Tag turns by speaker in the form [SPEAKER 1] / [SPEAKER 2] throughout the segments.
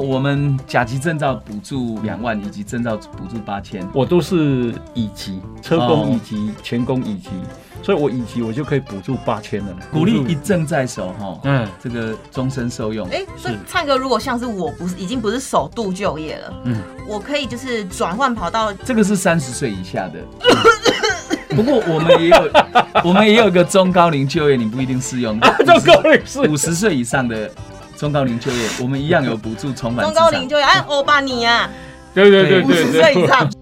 [SPEAKER 1] 我们甲级证照补助两万，以及证照补助八千。
[SPEAKER 2] 我都是乙级，车
[SPEAKER 1] 哦
[SPEAKER 2] 工乙级，钳工乙级，
[SPEAKER 3] 哦
[SPEAKER 2] 所以我乙级我就可以补助八千了，
[SPEAKER 1] 鼓
[SPEAKER 3] 嗯
[SPEAKER 1] 励一证在手哈，
[SPEAKER 3] 哎
[SPEAKER 2] 嗯，
[SPEAKER 1] 这个终身受用。
[SPEAKER 4] 哎，所以
[SPEAKER 2] 是
[SPEAKER 4] 灿哥，如果像是我不是已经不是首度就业了，
[SPEAKER 2] 嗯
[SPEAKER 4] 我可以就是转换跑道，
[SPEAKER 1] 这个是三十岁以下的。 不过我们也 有，我们也有一个中高龄就业，你不一定适用。
[SPEAKER 4] 啊
[SPEAKER 2] 这高龄是
[SPEAKER 1] 五十岁以上的中高龄就业，我们一样有补助重返
[SPEAKER 4] 中
[SPEAKER 1] 职
[SPEAKER 4] 高龄
[SPEAKER 1] 场。
[SPEAKER 4] 就业，哎，欧巴你啊，
[SPEAKER 2] 对对 对
[SPEAKER 1] 对
[SPEAKER 4] 五
[SPEAKER 2] 对
[SPEAKER 4] 十岁以上，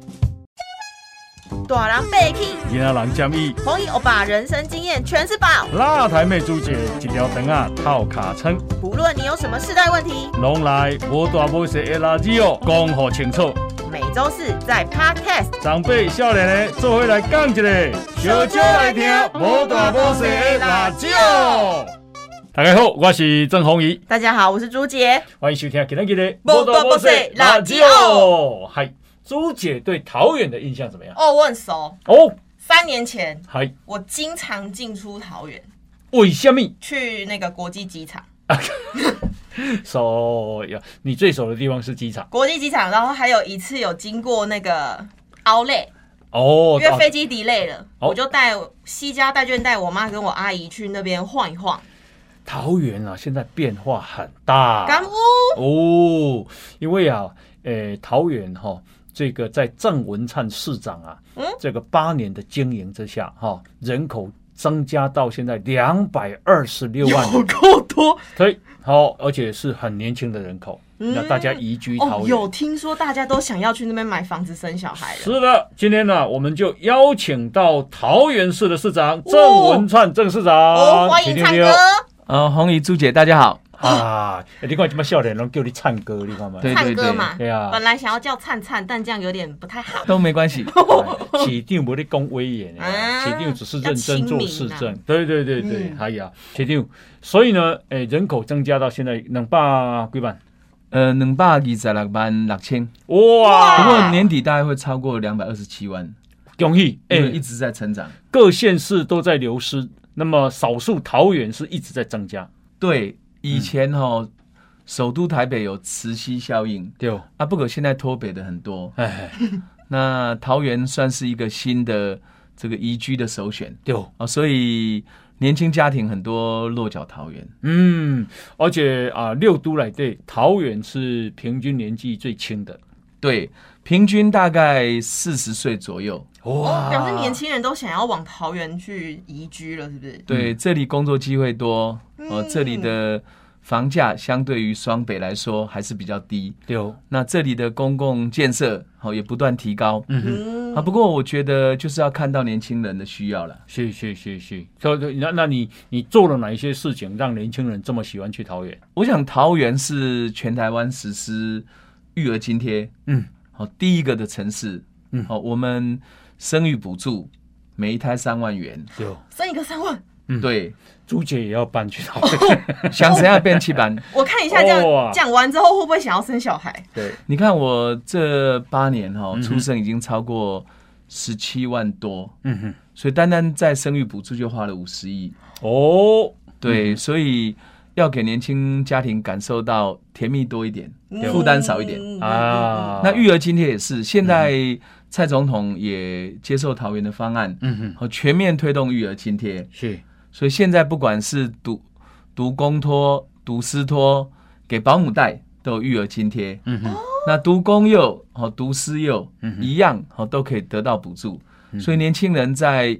[SPEAKER 4] 大人被去，
[SPEAKER 3] 今仔人建议，
[SPEAKER 4] 红衣欧巴人生经验全是宝。
[SPEAKER 3] 哪台妹主角一条肠啊套卡称，
[SPEAKER 4] 不论你有什么世代问题，
[SPEAKER 3] 拢来无大无小的垃圾哦，讲好清楚。
[SPEAKER 4] 每周四在 Podcast
[SPEAKER 3] 长辈少年的做伙来讲一个，
[SPEAKER 4] 小酒来听无大无小的辣椒。
[SPEAKER 3] 哦大家好，我是郑宏仪，
[SPEAKER 4] 大家好，我是朱杰。
[SPEAKER 3] 欢迎收听今天的
[SPEAKER 4] 无大无小的辣椒。
[SPEAKER 3] 嗨，朱姐对桃园的印象怎么样？
[SPEAKER 4] 哦，我很熟。
[SPEAKER 3] 哦，
[SPEAKER 4] 三年前，
[SPEAKER 3] 嗨，
[SPEAKER 4] 我经常进出桃园，
[SPEAKER 3] 为什么？
[SPEAKER 4] 去那个国际机场。
[SPEAKER 3] 熟呀，啊你最熟的地方是机场
[SPEAKER 4] 国际机场，然后还有一次有经过那个凹类，
[SPEAKER 3] 哦
[SPEAKER 4] 因为飞机 delay 了，
[SPEAKER 3] 哦
[SPEAKER 4] 我就带西家带眷带我妈跟我阿姨去那边晃一晃，
[SPEAKER 3] 桃园啊，现在变化很大。
[SPEAKER 4] 干屋
[SPEAKER 3] 哦，因为啊，诶，桃园哈、这个在郑文灿市长啊，
[SPEAKER 4] 嗯
[SPEAKER 3] 这个八年的经营之下，哈、人口增加到现在两百二十六万人，
[SPEAKER 4] 够多
[SPEAKER 3] 对，好、而且是很年轻的人口，
[SPEAKER 4] 嗯
[SPEAKER 3] 那大家移居
[SPEAKER 4] 哦
[SPEAKER 3] 桃。园。
[SPEAKER 4] 有听说大家都想要去那边买房子生小孩了，
[SPEAKER 3] 是的，今天呢、我们就邀请到桃园市的市长郑文灿郑市长，
[SPEAKER 4] 哦，欢迎唱
[SPEAKER 3] 请听
[SPEAKER 4] 歌
[SPEAKER 3] 听。
[SPEAKER 1] 呃，红姨朱姐，大家好。
[SPEAKER 3] 啊！欸你看这么笑脸，拢叫你唱歌，你 看嘛，
[SPEAKER 1] 对
[SPEAKER 4] 灿哥嘛，
[SPEAKER 3] 对啊
[SPEAKER 4] 本来想要叫灿灿，但这样有点不太好。
[SPEAKER 1] 都没关 系。
[SPEAKER 3] 哎起定不咧讲威严
[SPEAKER 4] 哦啊
[SPEAKER 3] 啊，起定只是认真做市
[SPEAKER 4] 要亲民
[SPEAKER 3] 政。对对对对
[SPEAKER 4] 嗯，
[SPEAKER 3] 哎呀，起定，所以呢，诶，人口增加到现在两百几万，
[SPEAKER 1] 呃，两百二十六万六千，不
[SPEAKER 4] 哇
[SPEAKER 3] 哇，
[SPEAKER 1] 过年底大概会超过两百二十七万，
[SPEAKER 3] 恭喜！哎
[SPEAKER 1] 因为一
[SPEAKER 3] 诶，
[SPEAKER 1] 直在成长。
[SPEAKER 3] 各县市都在流失，那么少数桃园是一直在增加。
[SPEAKER 1] 对，以前哦，首都台北有磁吸效应
[SPEAKER 3] 对，
[SPEAKER 1] 啊，不过现在脱北的很多。
[SPEAKER 3] 哎，
[SPEAKER 1] 那桃园算是一个新的这个宜居的首选
[SPEAKER 3] 对，
[SPEAKER 1] 哦，所以年轻家庭很多落脚桃园。
[SPEAKER 3] 嗯，而且啊，六都来对，桃园是平均年纪最轻的。
[SPEAKER 1] 对，平均大概四十岁左右。
[SPEAKER 4] 哦，表示年轻人都想要往桃园去移居了，是不是？
[SPEAKER 1] 对，这里工作机会多，哦，
[SPEAKER 4] 嗯
[SPEAKER 1] 这里的房价相对于双北来说还是比较低。
[SPEAKER 3] 对，
[SPEAKER 1] 那这里的公共建设哦也不断提高
[SPEAKER 3] 嗯哼。
[SPEAKER 4] 嗯
[SPEAKER 1] 啊。不过我觉得就是要看到年轻人的需要了。
[SPEAKER 3] 是是是是，所以那那你你做了哪一些事情让年轻人这么喜欢去桃园？
[SPEAKER 1] 我想桃园是全台湾实施育儿津贴，
[SPEAKER 3] 嗯，
[SPEAKER 1] 好、第一个的城市，
[SPEAKER 3] 嗯
[SPEAKER 1] 好、我们生育补助每一胎三万元，
[SPEAKER 3] 有
[SPEAKER 4] 生一个三万，
[SPEAKER 3] 嗯
[SPEAKER 1] 对，
[SPEAKER 3] 朱姐也要搬去桃园，
[SPEAKER 1] 想怎样变气 班？
[SPEAKER 4] 我看一下这样
[SPEAKER 3] 哇
[SPEAKER 4] 讲完之后会不会想要生小孩？
[SPEAKER 3] 对，
[SPEAKER 1] 你看我这八年哈、
[SPEAKER 3] 嗯哼
[SPEAKER 1] 出生已经超过十七万多，
[SPEAKER 3] 嗯哼，
[SPEAKER 1] 所以单单在生育补助就花了五十亿，
[SPEAKER 3] 哦，
[SPEAKER 1] 对，所以要给年轻家庭感受到甜蜜多一点，
[SPEAKER 4] 嗯
[SPEAKER 1] 负担少一点。
[SPEAKER 3] 啊，
[SPEAKER 1] 那育儿津贴也是，
[SPEAKER 3] 嗯
[SPEAKER 1] 现在蔡总统也接受桃园的方案，
[SPEAKER 3] 嗯哼
[SPEAKER 1] 和全面推动育儿津贴，
[SPEAKER 3] 是
[SPEAKER 1] 所以现在不管是读读公托、读私托，给保姆带都有育儿津贴。
[SPEAKER 3] 嗯哼
[SPEAKER 4] 哦
[SPEAKER 1] 那读公幼和读私幼
[SPEAKER 3] 嗯哼嗯
[SPEAKER 1] 一样，哦都可以得到补助。所以年轻人在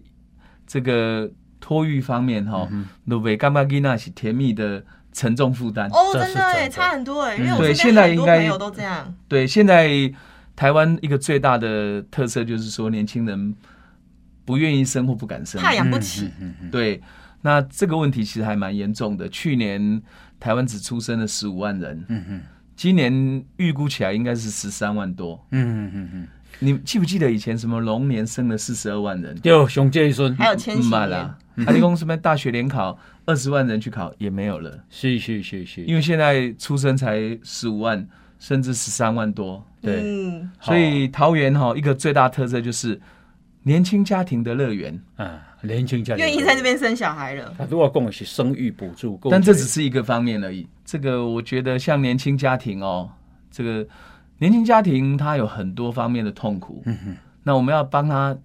[SPEAKER 1] 这个托育方面，哈，
[SPEAKER 3] 嗯
[SPEAKER 1] 都被干巴吉那是甜蜜的沉重负担。
[SPEAKER 4] 哦，
[SPEAKER 3] 这
[SPEAKER 4] 真
[SPEAKER 3] 是
[SPEAKER 4] 的哎，
[SPEAKER 3] 真的
[SPEAKER 4] 差很多哎，因为我
[SPEAKER 1] 对
[SPEAKER 4] 身
[SPEAKER 1] 现
[SPEAKER 4] 边
[SPEAKER 1] 在
[SPEAKER 4] 很多
[SPEAKER 1] 应该
[SPEAKER 4] 朋友都这样。
[SPEAKER 1] 对，现在台湾一个最大的特色就是说，年轻人不愿意生或不敢生。
[SPEAKER 4] 怕养不起，
[SPEAKER 3] 嗯哼，
[SPEAKER 1] 对，那这个问题其实还蛮严重的。去年台湾只出生了十五万人，
[SPEAKER 3] 嗯哼，
[SPEAKER 1] 今年预估起来应该是十三万多。
[SPEAKER 3] 嗯哼嗯哼，
[SPEAKER 1] 你记不记得以前什么龙年生了四十二万人？
[SPEAKER 3] 就熊这一孙，
[SPEAKER 4] 还有千禧
[SPEAKER 1] 嘛
[SPEAKER 4] 年
[SPEAKER 1] 啦，，阿里公什么大学联考二十万人去考也没有了，
[SPEAKER 3] 是是是是，
[SPEAKER 1] 因为现在出生才十五万，甚至十三万多。
[SPEAKER 3] 对，
[SPEAKER 4] 嗯，
[SPEAKER 3] 好
[SPEAKER 1] 所以桃园哈、一个最大特色就是年轻家庭的乐园，
[SPEAKER 3] 啊，年轻家庭
[SPEAKER 4] 愿意在那。边生小孩了。
[SPEAKER 3] 他如果讲的是生育补助，
[SPEAKER 1] 但这只
[SPEAKER 3] 是
[SPEAKER 1] 是一个方面而已。这个我觉得像年轻家庭哦，这个年轻家庭他有很多方面的痛苦，
[SPEAKER 3] 嗯哼，
[SPEAKER 1] 那我们要帮他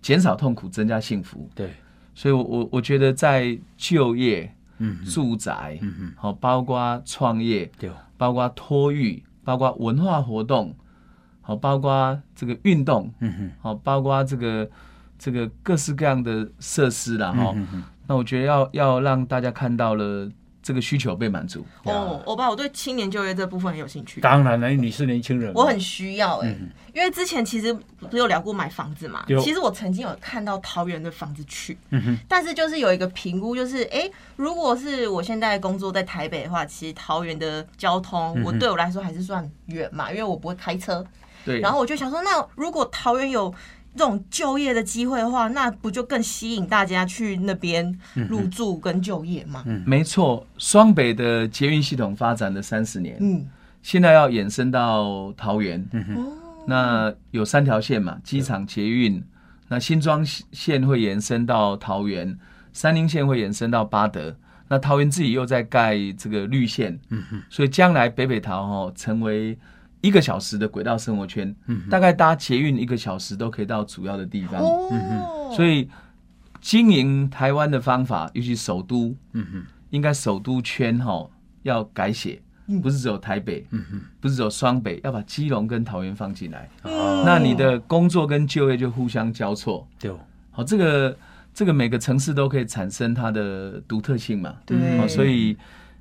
[SPEAKER 1] 减少痛苦，增加幸福。
[SPEAKER 3] 对，
[SPEAKER 1] 所以我，我我觉得在就业、
[SPEAKER 3] 嗯哼
[SPEAKER 1] 住宅，
[SPEAKER 3] 嗯哼，
[SPEAKER 1] 好、包括创业，
[SPEAKER 3] 对哦，
[SPEAKER 1] 包括托育，包括文化活动，好、包括这个运动，
[SPEAKER 3] 嗯哼，
[SPEAKER 1] 好、包括这个这个各式各样的设施啦，哈、
[SPEAKER 3] 嗯哼，
[SPEAKER 1] 那我觉得要要让大家看到了这个需求被满足。
[SPEAKER 4] 哦，欧巴，我对青年就业这部分很有兴趣，
[SPEAKER 3] 当然了，你是年轻人，
[SPEAKER 4] 我很需要哎、因为之前其实不是有聊过买房子嘛，
[SPEAKER 3] 嗯有
[SPEAKER 4] 其实我曾经有看到桃园的房子去，
[SPEAKER 3] 嗯哼，
[SPEAKER 4] 但是就是有一个评估，就是哎、诶如果是我现在工作在台北的话，其实桃园的交
[SPEAKER 3] 嗯
[SPEAKER 4] 通，我对我来说还是算远嘛，因为我不会开车。
[SPEAKER 1] 对，
[SPEAKER 4] 然后我就想说，那如果桃园有这种就业的机会的话，那不就更吸引大家去那边入住跟就业吗？嗯
[SPEAKER 1] 没错，双北的捷运系统发展了三十年，
[SPEAKER 4] 嗯
[SPEAKER 1] 现在要延伸到桃园，
[SPEAKER 4] 哦，
[SPEAKER 1] 那有三条线嘛，机场捷运，那新庄线会延伸到桃园，三林线会延伸到巴德，那桃园自己又在盖这个绿线，所以将来北北桃哦成为。一个小时的轨道生活圈，大概搭捷运一个小时都可以到主要的地方。
[SPEAKER 4] 哦，
[SPEAKER 1] 嗯所
[SPEAKER 4] 以
[SPEAKER 1] 以经营台湾的方法，尤其首都，
[SPEAKER 3] 嗯哼，
[SPEAKER 1] 应该首都圈哈要改写，不是只有台北，
[SPEAKER 3] 嗯哼，
[SPEAKER 1] 不是只有双北，要把基隆跟桃园放进来，
[SPEAKER 4] 嗯
[SPEAKER 3] 哦
[SPEAKER 1] 那你的嗯工作跟就业就互相交错。
[SPEAKER 3] 对哦，
[SPEAKER 1] 好，这个这个每个城市都可以产生它的独特性嘛，
[SPEAKER 4] 对，
[SPEAKER 1] 好，哦所以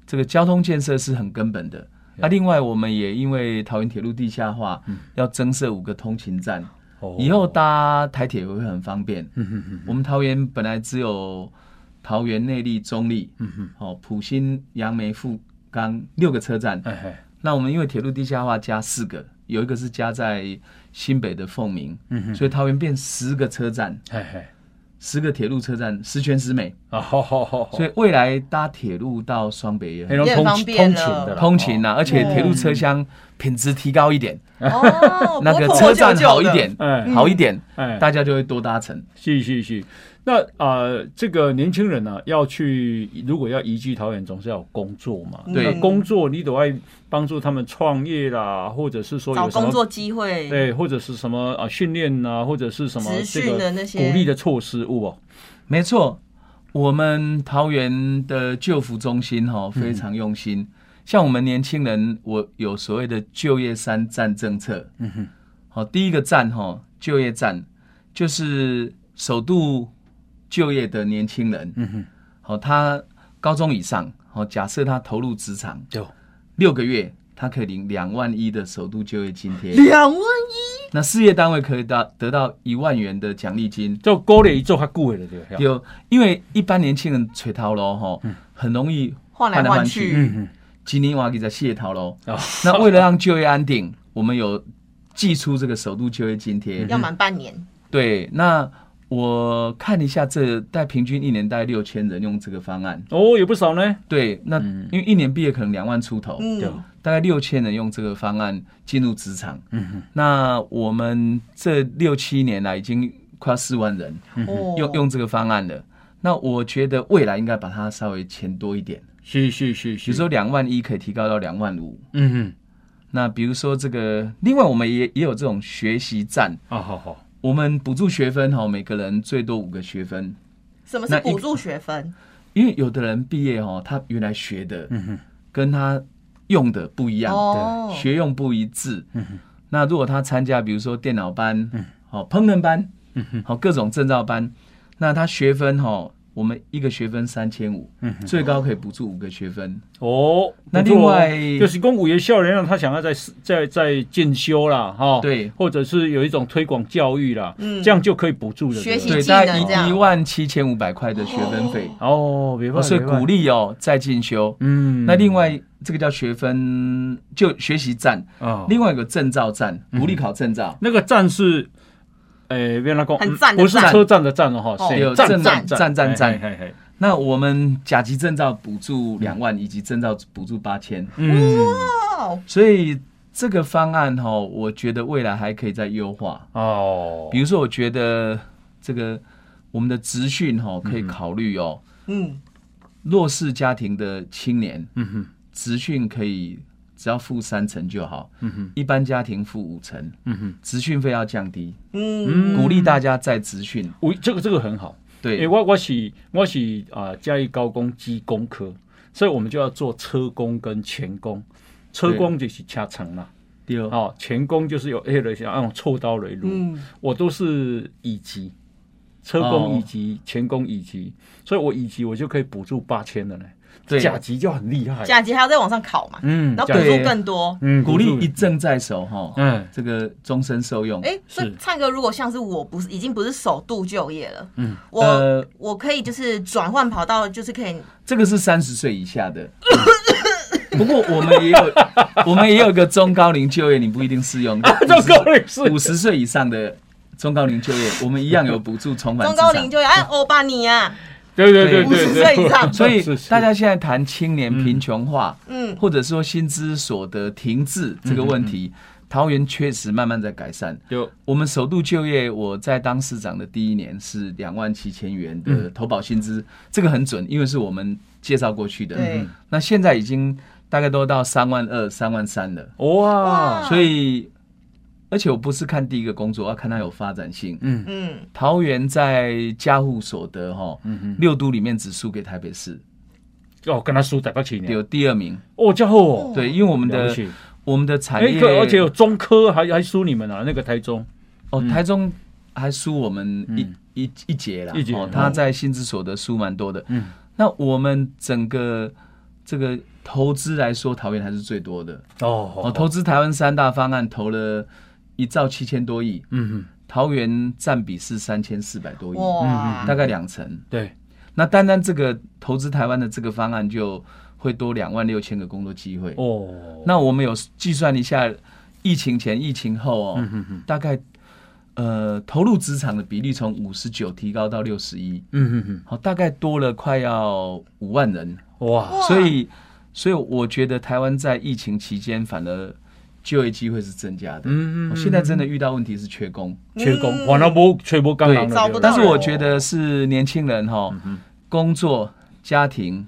[SPEAKER 1] 这个交通建设是很根本的。那、另外，我们也因为桃园铁路地下化，要增设五个通勤站，
[SPEAKER 3] 嗯哦
[SPEAKER 1] 以后，搭台铁会很方便。
[SPEAKER 3] 嗯哼哼，
[SPEAKER 1] 我们桃园本来只有桃园内坜、中坜，
[SPEAKER 3] 嗯哼，
[SPEAKER 1] 哦，普新、杨梅、富冈六个车站。
[SPEAKER 3] 哎哎，
[SPEAKER 1] 那我们因为铁路地下化加四个，有一个是加在新北的凤鸣，
[SPEAKER 3] 嗯哼，
[SPEAKER 1] 所以桃园变十个车站，
[SPEAKER 3] 哎哎，
[SPEAKER 1] 十个铁路车站，十全十美。
[SPEAKER 3] 啊，好好好，
[SPEAKER 1] 所
[SPEAKER 3] 以
[SPEAKER 1] 以未来搭铁路到双北也很
[SPEAKER 3] 那种
[SPEAKER 4] 也
[SPEAKER 3] 通
[SPEAKER 4] 很
[SPEAKER 3] 通
[SPEAKER 4] 方便
[SPEAKER 3] 勤
[SPEAKER 4] 了
[SPEAKER 3] 的啦哦
[SPEAKER 1] 通勤啊啦、而且
[SPEAKER 4] 对
[SPEAKER 1] 铁路车厢品质提高一点，，
[SPEAKER 4] 哦
[SPEAKER 1] 那
[SPEAKER 4] 不
[SPEAKER 1] 个
[SPEAKER 4] 会破
[SPEAKER 1] 车
[SPEAKER 4] 破
[SPEAKER 1] 站
[SPEAKER 4] 旧旧
[SPEAKER 1] 好一
[SPEAKER 4] 的，
[SPEAKER 1] 点，
[SPEAKER 3] 哎
[SPEAKER 1] 好一点，
[SPEAKER 3] 哎，
[SPEAKER 1] 大家就会多搭乘。
[SPEAKER 3] 是是是，那啊、呃这个年轻人呢、要去如果要移居桃园，总是要有工作嘛。
[SPEAKER 4] 嗯
[SPEAKER 3] 那工作你都爱帮助他们创业啦，或者是说
[SPEAKER 4] 找
[SPEAKER 3] 有什
[SPEAKER 4] 工
[SPEAKER 3] 么
[SPEAKER 4] 作机会，
[SPEAKER 3] 对，或者是什么啊训练啊，或者是什么
[SPEAKER 4] 职
[SPEAKER 3] 这
[SPEAKER 4] 训
[SPEAKER 3] 个
[SPEAKER 4] 的那些
[SPEAKER 3] 鼓励的措施，有哦，
[SPEAKER 1] 没错，我们桃园的就服中心哈、哦、非常用心。像我们年轻人，我有所谓的就业三站政策。
[SPEAKER 3] 嗯哼，
[SPEAKER 1] 好、第一个站哈、哦、就业站，就是首度就业的年轻人。
[SPEAKER 3] 嗯哼，
[SPEAKER 1] 好、他高中以上，好、假设他投入职场
[SPEAKER 3] 有
[SPEAKER 1] 六个月，他可以领两万一的首度就业津贴。
[SPEAKER 4] 两万一，
[SPEAKER 1] 那事业单位可以到得到一万元的奖励金。
[SPEAKER 3] 就鼓励做较久的对吧？
[SPEAKER 1] 有，因为一般年轻人垂头咯吼，很容易
[SPEAKER 4] 换来换去，
[SPEAKER 3] 嗯
[SPEAKER 1] 吉尼瓦给在卸头 咯。
[SPEAKER 3] 哼，啊，
[SPEAKER 1] 那为了让就业安定，我们有寄出这个首度就业津贴。
[SPEAKER 4] 要满半年，
[SPEAKER 1] 对，那我看一下这大概平均一年大概六千人用这个方案。
[SPEAKER 3] 哦，也不少呢。
[SPEAKER 1] 对，那因为一年毕业可能两万出头，
[SPEAKER 3] 对
[SPEAKER 4] 嗯，
[SPEAKER 1] 大概六千人用这个方案进入职场。
[SPEAKER 3] 嗯
[SPEAKER 1] 那我们这六七年来已经快四万人。
[SPEAKER 4] 哦，
[SPEAKER 1] 用用这个方案的。那我觉得未来应该把它稍微钱多一点，
[SPEAKER 3] 是是是
[SPEAKER 1] 比
[SPEAKER 3] 是，
[SPEAKER 1] 如
[SPEAKER 4] 嗯
[SPEAKER 1] 说两万一可以提高到两万五。
[SPEAKER 3] 嗯
[SPEAKER 1] 那比如说这个，另外我们也也有这种学习站，
[SPEAKER 3] 哼，啊，好好，
[SPEAKER 1] 我们补助学分哈，每个人最多五个学分，
[SPEAKER 4] 什么
[SPEAKER 1] 那
[SPEAKER 4] 是
[SPEAKER 1] 一
[SPEAKER 4] 补助学分？
[SPEAKER 1] 因为有的人毕业哈，他原来学的
[SPEAKER 3] 嗯哼，
[SPEAKER 1] 跟他用的不一样，
[SPEAKER 4] 哦，
[SPEAKER 1] 学用不一致
[SPEAKER 3] 嗯哼。
[SPEAKER 1] 那如果他参加比如说电脑班，好烹饪班
[SPEAKER 3] 嗯哼，
[SPEAKER 1] 好各种证照班，那他学分哈，我们一个学分三千五，
[SPEAKER 3] 嗯哼，
[SPEAKER 1] 最高可以补助五个学分。
[SPEAKER 3] 哦，
[SPEAKER 1] 那
[SPEAKER 3] 不错哦
[SPEAKER 1] 另外
[SPEAKER 3] 就是公务员校园让他想要在在在进修啦，哈、
[SPEAKER 1] 对
[SPEAKER 3] 或者是有一种推广教育啦，
[SPEAKER 4] 嗯
[SPEAKER 3] 这样就可以补助的
[SPEAKER 4] 学习
[SPEAKER 3] 对
[SPEAKER 1] 对，
[SPEAKER 3] 不对
[SPEAKER 4] 技能
[SPEAKER 1] 大
[SPEAKER 4] 这
[SPEAKER 1] 概
[SPEAKER 4] 样
[SPEAKER 1] 一一万七千五百块的学分费，
[SPEAKER 3] 哦，别
[SPEAKER 1] 哦
[SPEAKER 3] 忘，
[SPEAKER 1] 所以鼓
[SPEAKER 3] 励，
[SPEAKER 1] 励哦再进修。
[SPEAKER 3] 嗯
[SPEAKER 1] 那另外这个叫学分，就学习站，
[SPEAKER 3] 啊、
[SPEAKER 1] 另外有个证照站，鼓励考证照，
[SPEAKER 3] 那个站是，诶、别让讲，
[SPEAKER 4] 很赞的
[SPEAKER 3] 不是
[SPEAKER 4] 赞
[SPEAKER 3] 车站的站哦，哈、
[SPEAKER 4] 哦
[SPEAKER 3] 是
[SPEAKER 1] 有
[SPEAKER 3] 站
[SPEAKER 1] 站
[SPEAKER 3] 站
[SPEAKER 1] 站站站
[SPEAKER 3] 嘿嘿嘿
[SPEAKER 1] 那我们甲级证照补助两万，以及证照补助八千，
[SPEAKER 3] 嗯，
[SPEAKER 4] 哦，
[SPEAKER 1] 所以这个方案哈、哦，我觉得未来还可以再优化。
[SPEAKER 3] 哦，
[SPEAKER 1] 比如说，我觉得这个我们的职训哈、哦，可以考虑哦，
[SPEAKER 4] 嗯，
[SPEAKER 1] 弱势家庭的青年
[SPEAKER 3] 嗯哼，
[SPEAKER 1] 职训可以只要付三成就好，
[SPEAKER 3] 嗯
[SPEAKER 1] 一般家庭付五成，职训费要降低，
[SPEAKER 4] 嗯，
[SPEAKER 1] 鼓励大家在职训，
[SPEAKER 3] 我这个这个很好，因为
[SPEAKER 1] 对，
[SPEAKER 3] 我我是我是啊嘉义高工机工科，所以我们就要做车工跟钳工，车工就是掐成嘛，
[SPEAKER 1] 第二，
[SPEAKER 3] 哦，钳工就是有黑了像那种锉刀雷撸，
[SPEAKER 4] 嗯，
[SPEAKER 3] 我都是乙级，车工乙
[SPEAKER 1] 哦
[SPEAKER 3] 级，钳工乙级，所以我乙级我就可以补助八千的呢，
[SPEAKER 1] 对
[SPEAKER 3] 甲级就很厉害，
[SPEAKER 4] 甲级还要再往上考嘛，
[SPEAKER 3] 嗯，
[SPEAKER 4] 然后
[SPEAKER 3] 甲
[SPEAKER 4] 补
[SPEAKER 3] 级
[SPEAKER 1] 对
[SPEAKER 4] 助更多。
[SPEAKER 3] 嗯
[SPEAKER 1] 鼓励
[SPEAKER 3] 补助
[SPEAKER 1] 一证在手哈，
[SPEAKER 3] 嗯
[SPEAKER 1] 这个终身受用。
[SPEAKER 4] 哎，所以
[SPEAKER 3] 是
[SPEAKER 4] 灿哥，如果像是我不是已经不是首度就业了，嗯，
[SPEAKER 1] 呃
[SPEAKER 4] 我我可以就是转换跑道，就是可以
[SPEAKER 1] 这个是三十岁以下的。 不过我们也 有，我们也有个中高龄就业，你不一定适用。
[SPEAKER 3] 啊中高龄是
[SPEAKER 1] 五十岁以上的中高龄就业，我们一样有补助重返
[SPEAKER 4] 中
[SPEAKER 1] 职
[SPEAKER 4] 高龄
[SPEAKER 1] 场。
[SPEAKER 4] 就业，哎，欧巴你啊，
[SPEAKER 3] 对对对对
[SPEAKER 1] 对
[SPEAKER 3] 对，
[SPEAKER 4] 50岁 以上
[SPEAKER 1] 所以
[SPEAKER 3] 是是
[SPEAKER 1] 大家现在谈青年贫穷化，
[SPEAKER 4] 嗯，
[SPEAKER 1] 或者说薪资所得停滞这个问
[SPEAKER 3] 嗯
[SPEAKER 1] 题，桃园确实慢慢在改善。
[SPEAKER 3] 就
[SPEAKER 1] 我们首度就业，我在当市长的第一年是两万七千元的投保薪资，这个很准，因为是我们介绍过去的。
[SPEAKER 4] 对，
[SPEAKER 1] 那现在已经大概都到三万二、三万三了，
[SPEAKER 3] 哇
[SPEAKER 4] 哇，
[SPEAKER 1] 所以，而且我不是看第一个工作，要看它有发展性。
[SPEAKER 3] 嗯
[SPEAKER 4] 嗯，
[SPEAKER 1] 桃园在家户所得哈，六都里面只输给台北市，
[SPEAKER 3] 嗯哦，跟他输台北去年，
[SPEAKER 1] 有第二名。
[SPEAKER 3] 哦，家伙哦，
[SPEAKER 1] 对，因为我们
[SPEAKER 3] 了不
[SPEAKER 1] 的
[SPEAKER 3] 起
[SPEAKER 1] 我们的产
[SPEAKER 3] 哎，
[SPEAKER 1] 业，
[SPEAKER 3] 可而且有嗯中科还还输你们啊，那个台中，
[SPEAKER 1] 哦，台中还输我们一、一一节啦，
[SPEAKER 3] 一节
[SPEAKER 1] 哦
[SPEAKER 3] 嗯，
[SPEAKER 1] 他在薪资所得输蛮多的。
[SPEAKER 3] 嗯，
[SPEAKER 1] 那我们整个这个投资来说，桃园还是最多的。
[SPEAKER 3] 哦，
[SPEAKER 1] 哦，投资台湾三大方案投了一兆七千多亿，
[SPEAKER 3] 嗯
[SPEAKER 1] 桃园占比是三千四百多亿，
[SPEAKER 4] 哇，
[SPEAKER 1] 大概两成
[SPEAKER 3] 哼，。对，
[SPEAKER 1] 那单单这个投资台湾的这个方案就会多两万六千个工作机会。
[SPEAKER 3] 哦，
[SPEAKER 1] 那我们有计算一下，疫情前、疫情后哦，
[SPEAKER 3] 嗯哼，
[SPEAKER 1] 大概呃投入职场的比例从五十九提高到六十一，
[SPEAKER 3] 嗯哼哼
[SPEAKER 1] 好，大概多了快要五万人。
[SPEAKER 3] 哇，
[SPEAKER 4] 哇
[SPEAKER 1] 所以，所以我觉得台湾在疫情期间反而就业机会是增加的。
[SPEAKER 3] 嗯
[SPEAKER 1] 我现在真的遇到问题是缺工，
[SPEAKER 3] 缺工，完了不缺不刚刚
[SPEAKER 1] 对
[SPEAKER 4] 找不到
[SPEAKER 1] 但是我觉得是年轻人哈、工作、家庭、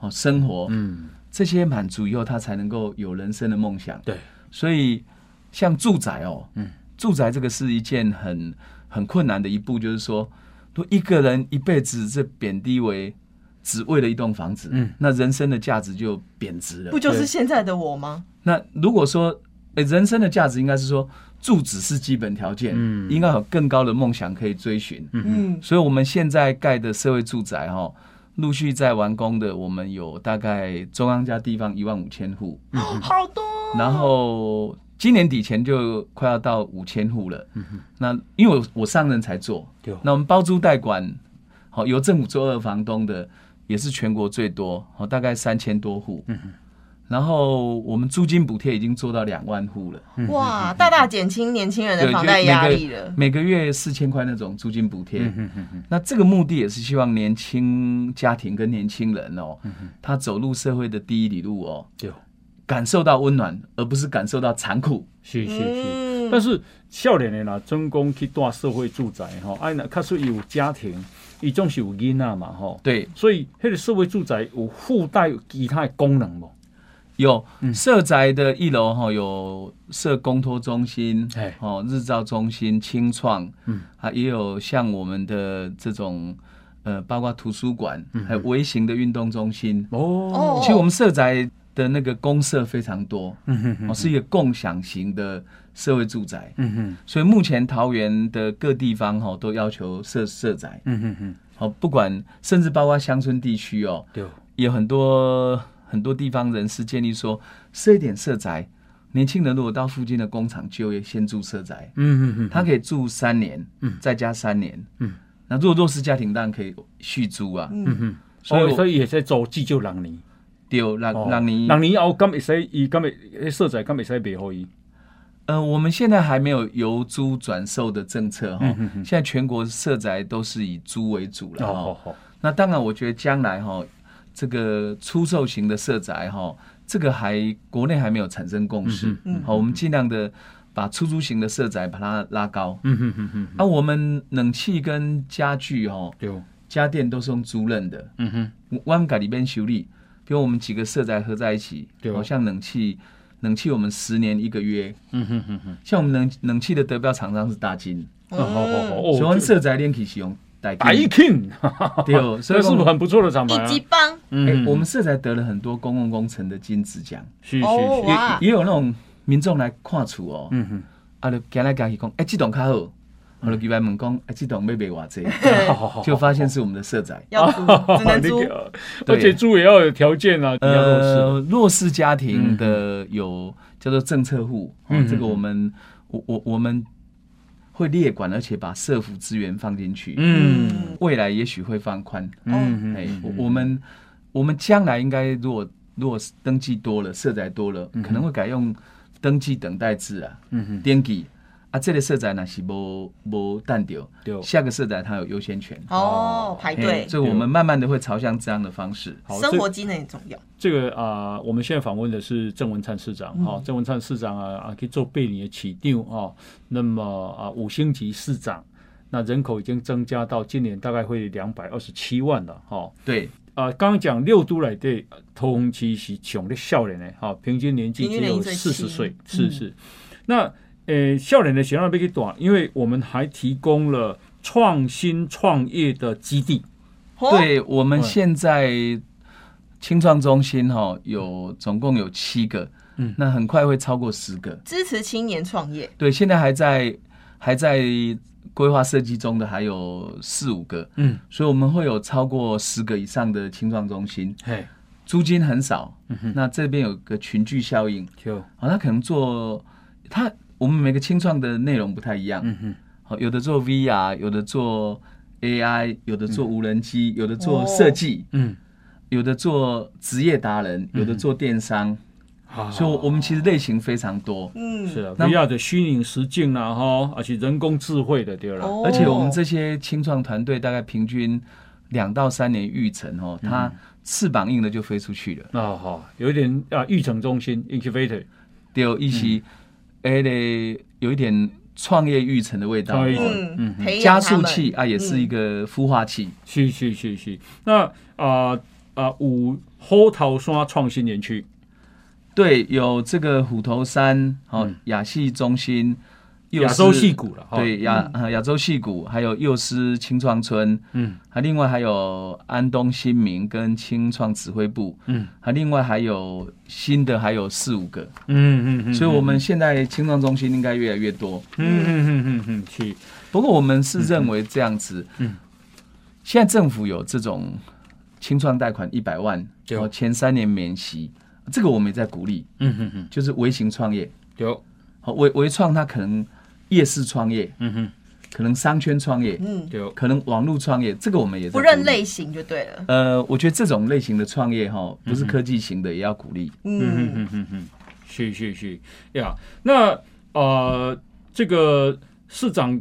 [SPEAKER 1] 哦生活
[SPEAKER 3] 嗯，
[SPEAKER 1] 这些满足以后，他才能够有人生的梦想。
[SPEAKER 3] 对，
[SPEAKER 1] 所以像住宅哦，
[SPEAKER 3] 嗯
[SPEAKER 1] 住宅这个是一件很很困难的一步，就是说，如果一个人一辈子这贬低为只为了一栋房子，
[SPEAKER 3] 嗯
[SPEAKER 1] 那人生的价值就贬值了
[SPEAKER 4] 不。就是
[SPEAKER 3] 对
[SPEAKER 4] 现在的我吗？
[SPEAKER 1] 那如果说，诶人生的价值应该是说，住只是基本条件，
[SPEAKER 3] 嗯
[SPEAKER 1] 应该有更高的梦想可以追寻。
[SPEAKER 4] 嗯，
[SPEAKER 1] 所以我们现在盖的社会住宅哈、陆续在完工的，我们有大概中央加地方一万五千户，
[SPEAKER 4] 好多，
[SPEAKER 1] 然后今年底前就快要到五千户了。那因为我我上任才做
[SPEAKER 3] 对，
[SPEAKER 1] 那我们包租代管，好、由政府做二房东的也是全国最多，好、大概三千多户。然后我们租金补贴已经做到两万户了，
[SPEAKER 4] 哇，大大减轻年轻人的
[SPEAKER 1] 对，
[SPEAKER 4] 房
[SPEAKER 1] 就
[SPEAKER 4] 贷
[SPEAKER 1] 每
[SPEAKER 4] 压
[SPEAKER 1] 个
[SPEAKER 4] 力了。
[SPEAKER 1] 每个月四千块那种租金补
[SPEAKER 3] 嗯
[SPEAKER 1] 贴。那这个目的也是希望年轻家庭跟年轻人哦，他走入社会的第一里路哦，
[SPEAKER 3] 对，
[SPEAKER 1] 感受到温暖，而不是感受到残酷。
[SPEAKER 3] 是是是。
[SPEAKER 4] 嗯
[SPEAKER 3] 但是少年的啦，真讲去住社会住宅吼，哎，那确实有家庭，伊总是有囡仔嘛吼，
[SPEAKER 1] 对，
[SPEAKER 3] 所以迄个社会住宅有附带其他的功能无？
[SPEAKER 1] 有社宅的一楼哈、哦，有社公托中心
[SPEAKER 3] 哎，
[SPEAKER 1] 哦，日照中心、清创，嗯，啊，也有像我们的这种，呃，包括图书馆，还有微型的运动中心，
[SPEAKER 3] 哦，嗯
[SPEAKER 1] 其实我们社宅的那个公社非常多，哦，是一个共享型的社会住宅，
[SPEAKER 3] 嗯哼，
[SPEAKER 1] 所以目前桃园的各地方哈、哦、都要求社社宅，
[SPEAKER 3] 嗯哼哼，
[SPEAKER 1] 哦，不管甚至包括乡村地区哦，
[SPEAKER 3] 对，
[SPEAKER 1] 有很多很多地方人士建议说设一点社宅，年轻人如果到附近的工厂就业，先住社宅，
[SPEAKER 3] 嗯哼哼，
[SPEAKER 1] 他可以住三年，再加三年，
[SPEAKER 3] 嗯，
[SPEAKER 1] 那如果弱势家庭当然可以续租啊，
[SPEAKER 3] 嗯哼，
[SPEAKER 1] 所以
[SPEAKER 3] 所以哦
[SPEAKER 1] 我
[SPEAKER 3] 所以也在做急救人年。
[SPEAKER 1] 丢让让你
[SPEAKER 3] 人年后敢会使，伊敢会，迄色彩敢会使卖互伊。
[SPEAKER 1] 呃，我们现在还没有由租转售的政
[SPEAKER 3] 哦
[SPEAKER 1] 策
[SPEAKER 3] 嗯
[SPEAKER 1] 哈，现在全国社宅都是以租为主了
[SPEAKER 3] 哦
[SPEAKER 1] 哈。
[SPEAKER 3] 好，
[SPEAKER 1] 那当然，我觉得将来哈，这个出售型的社宅哈，这个还国内还没有产生共识
[SPEAKER 4] 嗯哼嗯，
[SPEAKER 1] 好，我们尽量的把出租型的社宅把它拉高。
[SPEAKER 3] 嗯哼哼哼，
[SPEAKER 1] 那我们冷气跟家具哈，
[SPEAKER 3] 对，
[SPEAKER 1] 家电都是用租赁的，
[SPEAKER 3] 嗯哼，
[SPEAKER 1] 湾改里边修理，比如我们几个社宅合在一起，
[SPEAKER 3] 对
[SPEAKER 1] 好、像冷气冷气我们十年一个约，
[SPEAKER 3] 嗯哼哼哼，
[SPEAKER 1] 像我们冷冷气的得标厂商是大金，
[SPEAKER 4] 嗯
[SPEAKER 3] 哦好好好，哦
[SPEAKER 1] 嗯所以我们
[SPEAKER 3] 这
[SPEAKER 1] 色彩电器是用哎大
[SPEAKER 3] 白
[SPEAKER 1] 金，
[SPEAKER 3] King，
[SPEAKER 1] 对 哦，所
[SPEAKER 3] 这
[SPEAKER 1] 以
[SPEAKER 3] 是
[SPEAKER 1] 我们
[SPEAKER 3] 很不错的厂牌
[SPEAKER 4] 一
[SPEAKER 3] 啊
[SPEAKER 4] 级。棒，
[SPEAKER 1] 哎
[SPEAKER 3] 嗯，
[SPEAKER 1] 我们色彩得了很多公共工程的金质奖，
[SPEAKER 3] 是是
[SPEAKER 4] 哦
[SPEAKER 3] 是，
[SPEAKER 4] 哇，
[SPEAKER 1] 也也有那种民众来看厝哦，
[SPEAKER 3] 嗯哼，
[SPEAKER 1] 啊，就行来行去讲，哎，这栋较好，我就去外问讲，哎，这栋要卖偌济，
[SPEAKER 3] 好好好，
[SPEAKER 1] 哎就发现是我们的色彩。
[SPEAKER 4] 要 租只能租，
[SPEAKER 3] 啊而且租也要有条件啊，你要弱势。
[SPEAKER 1] 呃，弱势家庭的有叫做政策户，哦
[SPEAKER 3] 嗯
[SPEAKER 1] 这个我们我我我们会列管，而且把社福资源放进去，
[SPEAKER 3] 嗯
[SPEAKER 1] 未来也许会放宽。
[SPEAKER 3] 嗯
[SPEAKER 1] 哎
[SPEAKER 3] 嗯，，
[SPEAKER 1] 我我们我们将来应该如果如果登记多了，色彩多了，可能会改用登记等待制啊，
[SPEAKER 3] 嗯哼，
[SPEAKER 1] 登记啊，这个色彩呢是无无淡掉，
[SPEAKER 3] 对，
[SPEAKER 1] 下个色彩它有优先权。
[SPEAKER 4] 哦，排
[SPEAKER 1] 嘿
[SPEAKER 4] 队，
[SPEAKER 1] 所以我们慢慢的会朝向这样的方式。
[SPEAKER 3] 好，
[SPEAKER 4] 生
[SPEAKER 3] 这
[SPEAKER 4] 活机能也重要，
[SPEAKER 3] 这个啊、我们现在访问的是郑文灿市长哈、郑文灿市长啊啊，可以做贝里的起定哦。那么啊，五星级市长，那人口已经增加到今年大概会两百二十七万了哈。
[SPEAKER 1] 对，
[SPEAKER 3] 啊，刚刚讲六都来的同期是穷的少年呢，哈、平均年纪只嗯有四十岁，是是。那呃，少年的学校被给短，因为我们还提供了创新创业的基地，
[SPEAKER 4] 哦，
[SPEAKER 1] 对，我们
[SPEAKER 3] 嗯
[SPEAKER 1] 现在青创中心哈、有总共有七个，
[SPEAKER 3] 嗯
[SPEAKER 1] 那很快会超过十个。
[SPEAKER 4] 支持青年创业，
[SPEAKER 1] 对，现在还在还在规划设计中的还有四五个，
[SPEAKER 3] 嗯，
[SPEAKER 1] 所以我们会有超过十个以上的青创中心，
[SPEAKER 3] 嘿，
[SPEAKER 1] 租金很少，
[SPEAKER 3] 嗯
[SPEAKER 1] 那这边有个群聚效应，
[SPEAKER 3] 就
[SPEAKER 1] 好、哦他可能做他我们每个青创的内容不太一样，
[SPEAKER 3] 嗯哼，
[SPEAKER 1] 好，有的做 VR，有的做 AI，有的做无人机，有的做设计。
[SPEAKER 3] 嗯，
[SPEAKER 1] 有的做职业达人，有的做电商，
[SPEAKER 3] 好
[SPEAKER 1] 所以我们其实类型非常多，
[SPEAKER 4] 嗯，
[SPEAKER 3] 是啊
[SPEAKER 1] 那
[SPEAKER 3] ，VR 的虚拟实境啦，哈，而且人工智慧的对了，
[SPEAKER 4] 哦
[SPEAKER 1] 而且我们这些青创团队大概平均两到三年育成哦，它翅膀硬了就飞出去了。
[SPEAKER 3] 那、哈、有一点啊，育成中心 incubator，
[SPEAKER 1] 第二哦一起，哎嘞，有一点创业育成的味道
[SPEAKER 3] 创业育成
[SPEAKER 1] 哦，
[SPEAKER 4] 嗯，培
[SPEAKER 1] 加
[SPEAKER 4] 养他
[SPEAKER 1] 速
[SPEAKER 4] 们
[SPEAKER 1] 器啊，也是一个孵化器。
[SPEAKER 3] 是是是是。那啊啊，五后桃山创新园区，
[SPEAKER 1] 对，有这个虎头山哦，亚细中心，幼
[SPEAKER 3] 嗯亚洲
[SPEAKER 1] 师
[SPEAKER 3] 戏哦骨了，哈，
[SPEAKER 1] 对亚呃亚洲戏谷，还有幼师青创村，
[SPEAKER 3] 嗯，
[SPEAKER 1] 还另外还有安东新民跟青创指挥部，
[SPEAKER 3] 嗯，
[SPEAKER 1] 还另外还有新的还有四五个，
[SPEAKER 3] 嗯嗯嗯，
[SPEAKER 1] 所以我们现在青创中心应该越来越多。
[SPEAKER 3] 嗯嗯嗯嗯嗯是
[SPEAKER 1] 不过我们是认为这样子，嗯，现在政府有这种青创贷款一百万，
[SPEAKER 3] 对
[SPEAKER 1] 哦，前三年免息，这个我们也在鼓励，
[SPEAKER 3] 嗯嗯嗯
[SPEAKER 1] 就是微型创业，
[SPEAKER 3] 有
[SPEAKER 1] 好微微创它可能夜市创业，
[SPEAKER 3] 嗯哼
[SPEAKER 1] 可能商圈创业，
[SPEAKER 4] 嗯，
[SPEAKER 3] 有
[SPEAKER 1] 可能网络创业，这个我们也在
[SPEAKER 4] 不认
[SPEAKER 1] 鼓励。
[SPEAKER 4] 类型就对了，
[SPEAKER 1] 呃，我觉得这种类型的创业哈，不是科技型的也要鼓励。
[SPEAKER 3] 嗯
[SPEAKER 4] 嗯，
[SPEAKER 3] 嗯嗯嗯是是是呀，那呃这个市长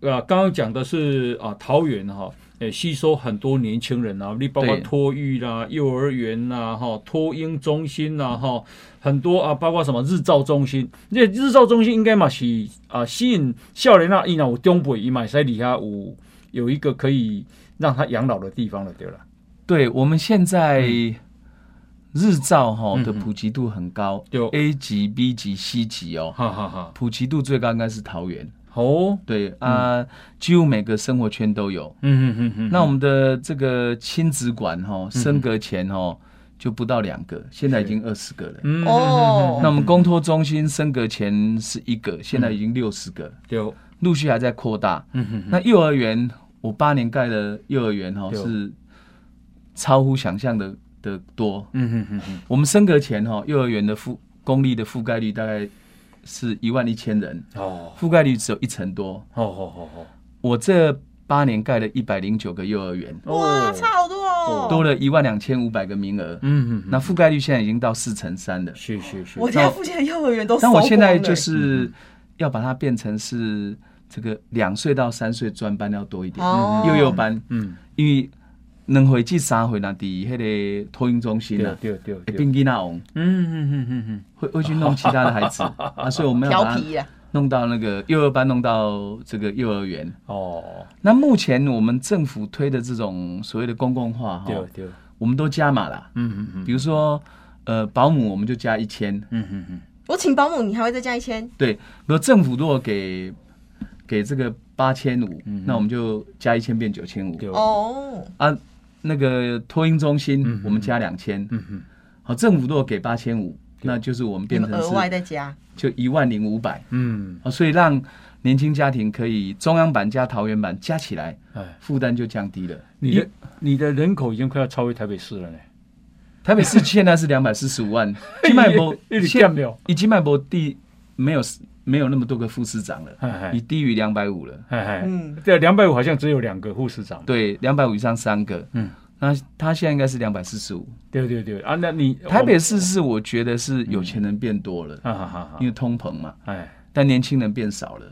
[SPEAKER 3] 呃刚刚讲的是啊、桃园哈。呃，吸收很多年轻人啊，你包括
[SPEAKER 1] 对
[SPEAKER 3] 托育啦、幼儿园啦、哈托婴中心啦、哈很多啊，包括什么日照中心，这日照中心应该嘛是啊吸引少年啊，伊若有中北伊嘛在底下有有一个可以让他养老的地方了，对了，
[SPEAKER 1] 对我们现在日照
[SPEAKER 4] 嗯
[SPEAKER 1] 哈的普及度很高，
[SPEAKER 3] 对
[SPEAKER 1] A 级、B 级、C 级哦，
[SPEAKER 3] 哈哈哈。
[SPEAKER 1] 普及度最高应该是桃园。
[SPEAKER 3] 哦，
[SPEAKER 1] 对啊，
[SPEAKER 4] 嗯
[SPEAKER 1] 几乎每个生活圈都有。
[SPEAKER 3] 嗯嗯嗯
[SPEAKER 1] 那我们的这个亲子馆
[SPEAKER 4] 嗯
[SPEAKER 1] 哈，升格前哦就不到两个，现在已经二十个了。
[SPEAKER 3] 嗯
[SPEAKER 4] 哦
[SPEAKER 1] 那我们公托中心升格前是一
[SPEAKER 3] 嗯
[SPEAKER 1] 个，现在已经六十个，
[SPEAKER 3] 有，
[SPEAKER 1] 陆续还在扩大。
[SPEAKER 3] 嗯哼
[SPEAKER 1] 那幼儿园，我八年盖的幼儿园哦，
[SPEAKER 3] 对
[SPEAKER 1] 是超乎想象的的多。
[SPEAKER 3] 嗯哼哼哼，
[SPEAKER 1] 我们升格前哦，幼儿园的覆公立的覆盖率大概是一万一千人，
[SPEAKER 3] 哦，
[SPEAKER 1] 覆盖率只有一成多。
[SPEAKER 3] 好好好好，
[SPEAKER 1] 我这八年盖了一百零九个幼儿园，
[SPEAKER 4] 哇，差好多哦，
[SPEAKER 1] 多了一万两千五百个名额，
[SPEAKER 3] 嗯哼，
[SPEAKER 1] 那覆盖率现在已经到四成三了。
[SPEAKER 3] 是是是，
[SPEAKER 4] 我家附近的幼儿园都
[SPEAKER 1] 但
[SPEAKER 4] 收
[SPEAKER 1] 我现在
[SPEAKER 4] 光了
[SPEAKER 1] 就是要把它变成是这个两岁到三岁专班要多一点，
[SPEAKER 4] 哦
[SPEAKER 1] 幼幼班。
[SPEAKER 3] 嗯，
[SPEAKER 1] 因为两回至三回那伫迄个托婴中心
[SPEAKER 3] 对
[SPEAKER 1] 啊，
[SPEAKER 3] 对对
[SPEAKER 1] 会
[SPEAKER 3] 对，
[SPEAKER 1] 变囡仔王，
[SPEAKER 3] 嗯嗯嗯嗯
[SPEAKER 1] 会会去弄其他的孩 子啊，所以我们要把
[SPEAKER 4] 调
[SPEAKER 1] 它
[SPEAKER 4] 皮啊，
[SPEAKER 1] 弄到那个幼儿班，弄到这个幼儿园。
[SPEAKER 3] 哦，
[SPEAKER 1] 那目前我们政府推的这种所谓的公共化哈，
[SPEAKER 3] 对对，
[SPEAKER 1] 我们都加码啦，
[SPEAKER 3] 嗯嗯嗯嗯，
[SPEAKER 1] 比如说。呃保姆我们就加一千，
[SPEAKER 2] 嗯嗯嗯，
[SPEAKER 4] 我请保姆，你还会再加一千？
[SPEAKER 1] 对，比如政府如果给给这个八千五，
[SPEAKER 3] 嗯
[SPEAKER 1] 那我们就加一千变九千五
[SPEAKER 2] 对，
[SPEAKER 4] 哦，
[SPEAKER 1] 啊。那个托婴中心
[SPEAKER 2] 嗯，
[SPEAKER 1] 我们加两千、
[SPEAKER 2] 嗯嗯，
[SPEAKER 1] 好，政府如果给八千五，那就是我们
[SPEAKER 4] 你
[SPEAKER 1] 变
[SPEAKER 4] 们
[SPEAKER 1] 成
[SPEAKER 4] 额外
[SPEAKER 1] 是
[SPEAKER 4] 再加，
[SPEAKER 1] 就一万零五百
[SPEAKER 2] 嗯，
[SPEAKER 1] 啊，所以让年轻家庭可以中央版加桃园版加起来
[SPEAKER 2] 哎，
[SPEAKER 1] 负担就降低了。
[SPEAKER 3] 你
[SPEAKER 2] 你
[SPEAKER 3] 的你的人口已经快要超越台北市了呢。
[SPEAKER 1] 台北市现在是两百四十五万，金脉博
[SPEAKER 3] 一直
[SPEAKER 1] 现
[SPEAKER 3] 减了
[SPEAKER 1] 已经脉博第没有没有那么多个副市长了，
[SPEAKER 3] 哎哎
[SPEAKER 1] 已低于两百五了。
[SPEAKER 3] 哎哎，
[SPEAKER 4] 嗯，
[SPEAKER 3] 对，两百五好像只有两个护士长。
[SPEAKER 1] 对，两百五以上三个。
[SPEAKER 2] 嗯，
[SPEAKER 1] 那他现在应该是两百四十五。
[SPEAKER 3] 对对对啊，那你
[SPEAKER 1] 台北市是我觉得是有钱人变多了，
[SPEAKER 3] 啊哈哈哈
[SPEAKER 1] 因，为通膨嘛，
[SPEAKER 3] 哎，
[SPEAKER 1] 但年轻人变少了。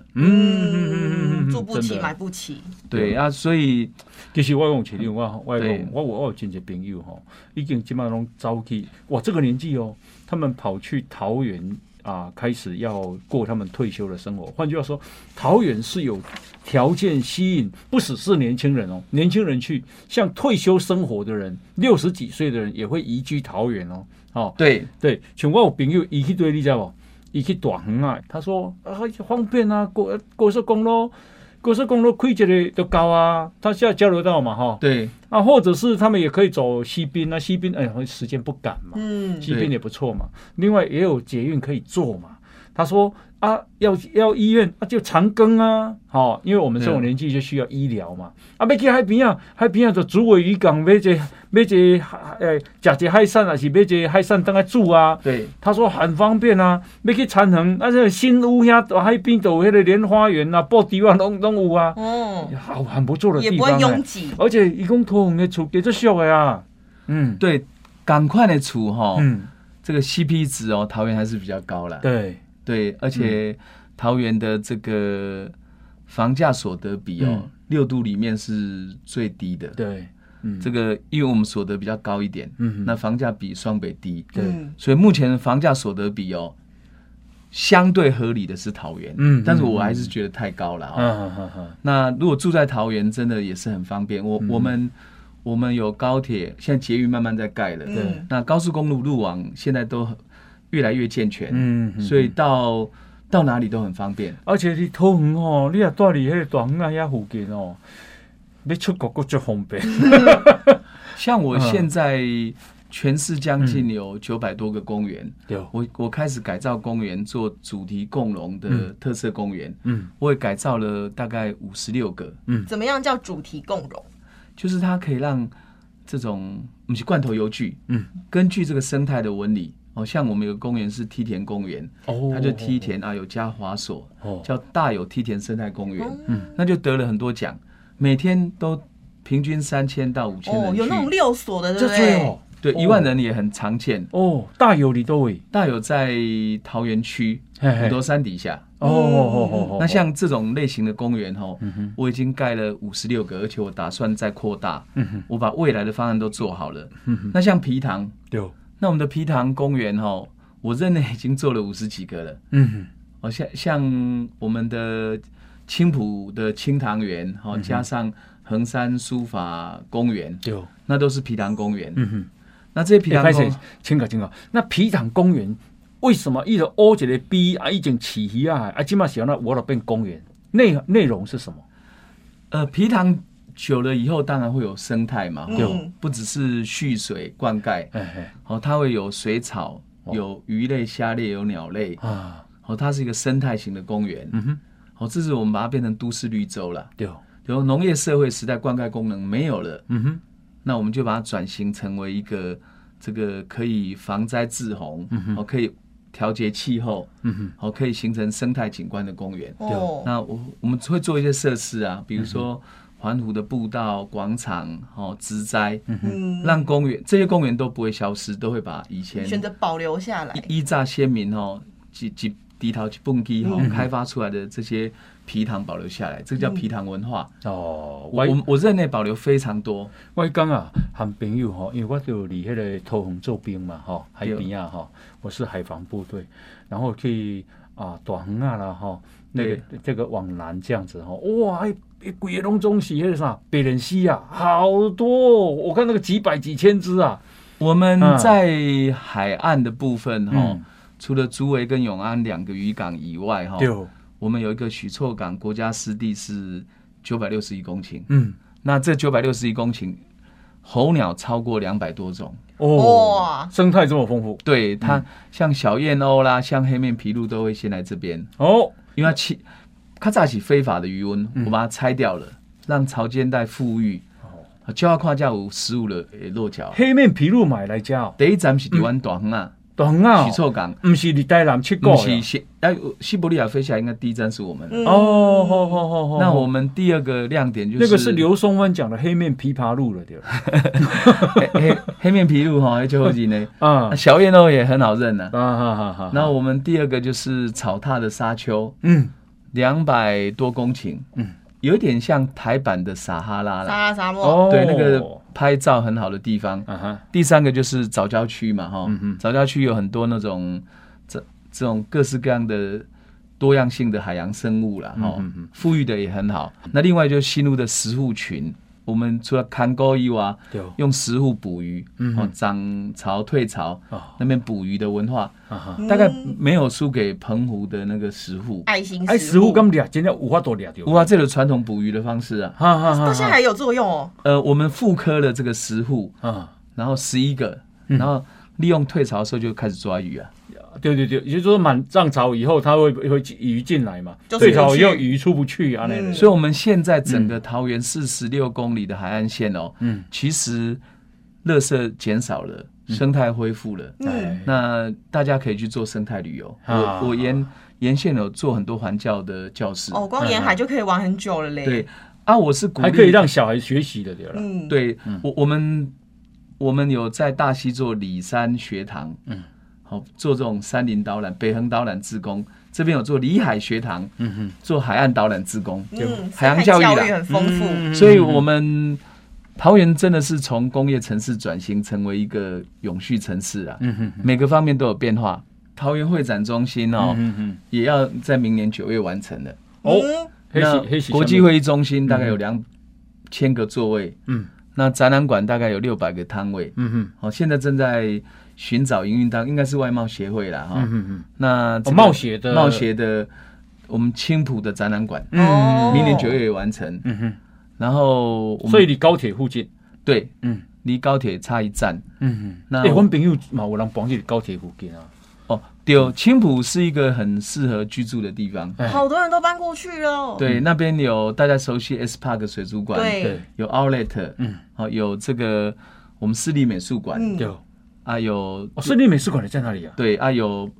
[SPEAKER 4] 嗯，住不
[SPEAKER 3] 真
[SPEAKER 4] 起，
[SPEAKER 3] 的
[SPEAKER 4] 买不起，
[SPEAKER 1] 对啊，所以
[SPEAKER 3] 其实我讲起你，我我
[SPEAKER 1] 对
[SPEAKER 3] 讲我我我有真侪朋友吼，已经基本上早去，我这个年纪哦，他们跑去桃园啊，开始要过他们退休的生活。换句话说，桃园是有条件吸引，不只是年轻人哦，年轻人去像退休生活的人，六十几岁的人也会移居桃园哦，哦，
[SPEAKER 1] 对
[SPEAKER 3] 对，像我有朋友，伊去对你知无？伊去大园啊，他说啊，方便啊，高高速公路，高速公路开一个就到啊，他现在交流道嘛吼，
[SPEAKER 1] 对
[SPEAKER 3] 啊，或者是他们也可以走西滨啊，西滨哎，时间不赶嘛，
[SPEAKER 4] 嗯，
[SPEAKER 3] 西滨也不错嘛，另外也有捷运可以坐嘛。他说啊，要要医院啊，就长庚啊，好、因为我们这种
[SPEAKER 1] 对
[SPEAKER 3] 年纪就需要医疗嘛。啊，要去海边啊，海边啊，就主尾渔港买一个买一个海诶，食、一个海产，啊还是买一个海产当来煮啊。
[SPEAKER 1] 对
[SPEAKER 3] 他说很方便啊，要去田园，啊，这个新屋遐海边都有迄个莲花园啊、布丁啊，拢拢有啊，
[SPEAKER 4] 哦，
[SPEAKER 3] 好很不错的
[SPEAKER 4] 也
[SPEAKER 3] 地
[SPEAKER 4] 不
[SPEAKER 3] 方、
[SPEAKER 4] 会拥
[SPEAKER 3] 欸。
[SPEAKER 4] 挤，
[SPEAKER 3] 而且伊讲桃园的厝也足俗的啊，嗯，
[SPEAKER 1] 对，赶快的处哈，
[SPEAKER 3] 嗯，
[SPEAKER 1] 这个 CP 值哦，桃园还是比较高啦。
[SPEAKER 3] 对，嗯
[SPEAKER 1] 对，而且桃园的这个房价所得比哦
[SPEAKER 3] 嗯，
[SPEAKER 1] 六都里面是最低的。
[SPEAKER 3] 对，嗯，
[SPEAKER 1] 这个因为我们所得比较高一点，
[SPEAKER 3] 嗯
[SPEAKER 1] 那房价比双北低，
[SPEAKER 3] 对
[SPEAKER 4] 嗯
[SPEAKER 1] 所以目前的房价所得比哦，相对合理的是桃园，
[SPEAKER 3] 嗯
[SPEAKER 1] 但是我还是觉得太高了、哦。
[SPEAKER 3] 嗯嗯嗯
[SPEAKER 1] 那如果住在桃园，真的也是很方便。我、我们我们有高铁，现在捷运慢慢在盖了，
[SPEAKER 4] 嗯
[SPEAKER 1] 那高速公路路网现在都越来越健全，
[SPEAKER 3] 嗯嗯，
[SPEAKER 1] 所以到到哪里都很方便。
[SPEAKER 3] 而且你桃园哦，你也住伫迄个大园啊遐附近哦，要出国国足方 便。
[SPEAKER 1] 像我现在全市将
[SPEAKER 3] 嗯
[SPEAKER 1] 近有九百多个公园，
[SPEAKER 3] 对，
[SPEAKER 1] 我我开始改造公园做主题共融的
[SPEAKER 3] 嗯
[SPEAKER 1] 特色公园，
[SPEAKER 3] 嗯
[SPEAKER 1] 我也改造了大概五十六个，
[SPEAKER 4] 怎么样叫主题共融？
[SPEAKER 1] 就是它可以让这种我们是罐头邮具，
[SPEAKER 3] 嗯，
[SPEAKER 1] 根据这个生态的纹理，哦，像我们有个公园是梯田公园，
[SPEAKER 3] 哦
[SPEAKER 1] 它就梯田啊有加滑索，
[SPEAKER 3] 哦，
[SPEAKER 1] 叫大有梯田生态公园，
[SPEAKER 4] 嗯，
[SPEAKER 1] 那就得了很多奖，每天都平均三千到五千
[SPEAKER 4] 哦，
[SPEAKER 1] 人
[SPEAKER 4] 有那种
[SPEAKER 1] 去，
[SPEAKER 4] 六所的，对
[SPEAKER 3] 这
[SPEAKER 4] 不
[SPEAKER 3] 最
[SPEAKER 4] 对
[SPEAKER 3] 哦？，
[SPEAKER 1] 对，一万人也很常见。
[SPEAKER 3] 哦，大有你都位，
[SPEAKER 1] 大有在桃园区
[SPEAKER 3] 嘿嘿
[SPEAKER 1] 很多山底下，
[SPEAKER 3] 哦哦哦哦，
[SPEAKER 1] 那像这种类型的公园哈
[SPEAKER 3] 哼，
[SPEAKER 1] 我已经盖了五十六个，而且我打算再扩大
[SPEAKER 3] 嗯哼，
[SPEAKER 1] 我把未来的方案都做好了。那像皮塘，
[SPEAKER 3] 对，
[SPEAKER 1] 那我们的皮塘公园哈，我任内已经做了五十几个了。
[SPEAKER 3] 嗯哼，
[SPEAKER 1] 哦，像像我们的青浦的青塘园，哈，加上衡山书法公园，
[SPEAKER 3] 对，
[SPEAKER 1] 那都是皮塘公园。
[SPEAKER 3] 嗯哼。哎
[SPEAKER 1] 那这些皮
[SPEAKER 3] 也
[SPEAKER 1] 塘
[SPEAKER 3] 开
[SPEAKER 1] 公
[SPEAKER 3] 始，请教请教，那皮塘公园为什么伊就挖一个鳖啊，已经饲鱼啊，啊，即马是那我就变公园，内内容是什么？
[SPEAKER 1] 呃，皮塘久了以后，当然会有生态嘛，
[SPEAKER 4] 嗯
[SPEAKER 1] 有不只是蓄水灌溉，
[SPEAKER 3] 哎
[SPEAKER 1] 哦，它会有水草，有鱼类、虾类，有鸟类，
[SPEAKER 3] 哎啊，
[SPEAKER 1] 哦，它是一个生态型的公园。
[SPEAKER 3] 嗯哼，
[SPEAKER 1] 哦，这是我们把它变成都市绿洲了。
[SPEAKER 3] 对，
[SPEAKER 1] 由农业社会时代灌溉功能没有了，
[SPEAKER 3] 嗯哼，
[SPEAKER 1] 那我们就把它转型成为一个这个可以防灾治洪，
[SPEAKER 4] 嗯
[SPEAKER 1] 哦，可以调节气候，
[SPEAKER 3] 嗯哼，
[SPEAKER 1] 哦，可以形成生态景观的公园。
[SPEAKER 4] 哦，嗯
[SPEAKER 1] 那我我们会做一些设施啊，比如说环湖的步道、广场、哦植栽，
[SPEAKER 4] 嗯，
[SPEAKER 1] 让公园这些公园都不会消失，都会把以前
[SPEAKER 4] 选择保留下来，
[SPEAKER 1] 依照先民哦，几几低头几蹦基
[SPEAKER 3] 嗯
[SPEAKER 1] 哦开发出来的这些皮塘保留下来，这个叫皮塘文化。
[SPEAKER 3] 哦，
[SPEAKER 1] 我我我任内保留非常多，
[SPEAKER 3] 我讲啊，含朋友吼，因为我就离迄个桃红做兵嘛，吼，海边啊，吼，我是海防部队，然后去啊大横啊啦，吼，那个这个往南这样子吼，哇，哎，鬼龙中是迄个啥，北人溪啊，好多、哦，我看那个几百几千只啊，
[SPEAKER 1] 我们
[SPEAKER 3] 嗯
[SPEAKER 1] 在海岸的部分哈、
[SPEAKER 3] 嗯
[SPEAKER 1] 除了竹围跟永安两个渔港以外哈、
[SPEAKER 2] 对，
[SPEAKER 3] 哦
[SPEAKER 1] 我们有一个许厝港国家湿地是九百六十一公顷，
[SPEAKER 2] 嗯，
[SPEAKER 1] 那这九百六十一公顷，候鸟超过两百多种。
[SPEAKER 3] 哦
[SPEAKER 4] 哇，
[SPEAKER 3] 生态这么丰富
[SPEAKER 1] 对它，
[SPEAKER 3] 嗯
[SPEAKER 1] 像小燕鸥啦，像黑面琵鹭都会先来这边，
[SPEAKER 3] 哦，
[SPEAKER 1] 因为它起，它炸起非法的余温，
[SPEAKER 3] 嗯
[SPEAKER 1] 我把它拆掉了，让潮间带富裕。
[SPEAKER 3] 哦
[SPEAKER 1] 就要跨价有十五了落脚，
[SPEAKER 3] 黑面琵鹭买来家哦，
[SPEAKER 1] 第一站是台湾大亨啊，
[SPEAKER 3] 短啊
[SPEAKER 1] 许，厝港，
[SPEAKER 3] 不是你台南七个
[SPEAKER 1] 不
[SPEAKER 3] 呀
[SPEAKER 1] 是西哎西伯利亚飞下应该第一站是我们。
[SPEAKER 4] 嗯
[SPEAKER 3] 哦，好好好好，
[SPEAKER 1] 那我们第二个亮点就是
[SPEAKER 3] 那个是刘松湾讲的黑面琵琶鹭了，对 吧？
[SPEAKER 1] 黑黑黑面琵鹭哈，最后几呢，
[SPEAKER 3] 啊
[SPEAKER 1] 啊小燕鸥也很好认呐。
[SPEAKER 3] 啊哈哈哈，
[SPEAKER 1] 那我们第二个就是草踏的沙丘，
[SPEAKER 2] 嗯，
[SPEAKER 1] 两百多公顷，嗯，有点像台版的撒哈拉啦，
[SPEAKER 4] 沙拉沙漠，
[SPEAKER 3] 哦
[SPEAKER 1] 对，那个拍照很好的地方。
[SPEAKER 3] 啊哈，
[SPEAKER 1] 第三个就是早教区嘛，哈，早教区有很多那种这这种各式各样的多样性的海洋生物啦，哈，富裕的也很好。那另外就是新入的食户群，我们除了看沟以外，
[SPEAKER 3] 对
[SPEAKER 1] 用食户捕鱼，哦，涨潮退潮
[SPEAKER 3] 哦
[SPEAKER 1] 那边捕鱼的文化，
[SPEAKER 3] 啊哈，
[SPEAKER 4] 嗯
[SPEAKER 1] 大概没有输给澎湖的那个食户。
[SPEAKER 4] 爱心
[SPEAKER 3] 哎，食
[SPEAKER 4] 食
[SPEAKER 3] 物
[SPEAKER 4] 物，
[SPEAKER 3] 刚俩真的无法多俩对吧，
[SPEAKER 1] 哇，这个传统捕鱼的方式啊，
[SPEAKER 3] 哈哈哈
[SPEAKER 4] 到现在
[SPEAKER 3] 哈，
[SPEAKER 4] 还有作用哦。
[SPEAKER 1] 呃，我们复刻了这个食户，
[SPEAKER 3] 啊，
[SPEAKER 1] 然后十一个，然后利用退潮的时候就开始抓鱼啊。
[SPEAKER 3] 对对对，也就是说满涨潮以后，它会会鱼进来嘛，
[SPEAKER 4] 就
[SPEAKER 3] 退
[SPEAKER 4] 是
[SPEAKER 3] 潮以后
[SPEAKER 4] 进去
[SPEAKER 3] 鱼出不去啊，那
[SPEAKER 4] 嗯
[SPEAKER 1] 所以，我们现在整
[SPEAKER 3] 嗯
[SPEAKER 1] 个桃园四十六公里的海岸线哦，嗯，其实垃圾减少了，
[SPEAKER 3] 嗯
[SPEAKER 1] 生态恢复了，
[SPEAKER 3] 哎
[SPEAKER 4] 嗯，
[SPEAKER 1] 那大家可以去做生态旅游。
[SPEAKER 3] 啊
[SPEAKER 1] 我我沿沿线有做很多环教的教室，
[SPEAKER 4] 哦，光沿海就可以玩很久了嘞。
[SPEAKER 1] 对啊，我是鼓
[SPEAKER 3] 还可以
[SPEAKER 1] 励，
[SPEAKER 3] 让小孩学习的对了。
[SPEAKER 4] 嗯，
[SPEAKER 1] 对我我们我们有在大溪做里山学堂，嗯，好做这种山林导览、北横导览志工，这边有做里海学堂，嗯哼，做海岸导览志工，
[SPEAKER 4] 嗯，
[SPEAKER 1] 海洋
[SPEAKER 4] 生态
[SPEAKER 1] 教育啦
[SPEAKER 4] 育很丰
[SPEAKER 3] 嗯
[SPEAKER 4] 富。
[SPEAKER 1] 所以我们桃园真的是从工业城市转型成为一个永续城市啊，
[SPEAKER 3] 嗯哼
[SPEAKER 1] 每个方面都有变化。桃园会展中心哦，
[SPEAKER 3] 嗯哼，
[SPEAKER 1] 也要在明年九月完成的。
[SPEAKER 3] 哦，
[SPEAKER 4] 嗯，
[SPEAKER 3] 黑
[SPEAKER 1] 那
[SPEAKER 3] 喜黑喜
[SPEAKER 1] 国际会议中心大概有两千个座位，
[SPEAKER 3] 嗯，
[SPEAKER 1] 那展览馆大概有六百个摊位。
[SPEAKER 3] 嗯哼，
[SPEAKER 1] 哦，现在正在寻找营运单，应该是外贸协会啦哈。
[SPEAKER 3] 嗯哼
[SPEAKER 1] 那这
[SPEAKER 3] 哦
[SPEAKER 1] 个
[SPEAKER 3] 冒险的
[SPEAKER 1] 冒险的，我们青浦的展览馆，
[SPEAKER 4] 哦
[SPEAKER 1] 明年九月也完成。
[SPEAKER 3] 嗯哼，
[SPEAKER 1] 然后我们
[SPEAKER 3] 所以离高铁附近，
[SPEAKER 1] 对，
[SPEAKER 3] 嗯
[SPEAKER 1] 离高铁差一站。
[SPEAKER 3] 嗯
[SPEAKER 1] 那
[SPEAKER 3] 哎，阮朋友嘛有人帮去高铁附近啊，
[SPEAKER 1] 哦，对，青浦是一个很适合居住的地方。
[SPEAKER 3] 哎
[SPEAKER 4] 好多人都搬过去了。
[SPEAKER 3] 哦嗯
[SPEAKER 1] 对，那边有大家熟悉 S Park 水族馆，
[SPEAKER 3] 对
[SPEAKER 4] 对，
[SPEAKER 1] 有 Outlet，
[SPEAKER 3] 嗯，
[SPEAKER 1] 哦，有这个我们市立美术馆
[SPEAKER 4] 嗯
[SPEAKER 3] 对，哦，
[SPEAKER 1] 啊，有
[SPEAKER 3] 胜利美术馆也在那里啊，
[SPEAKER 1] 对啊，有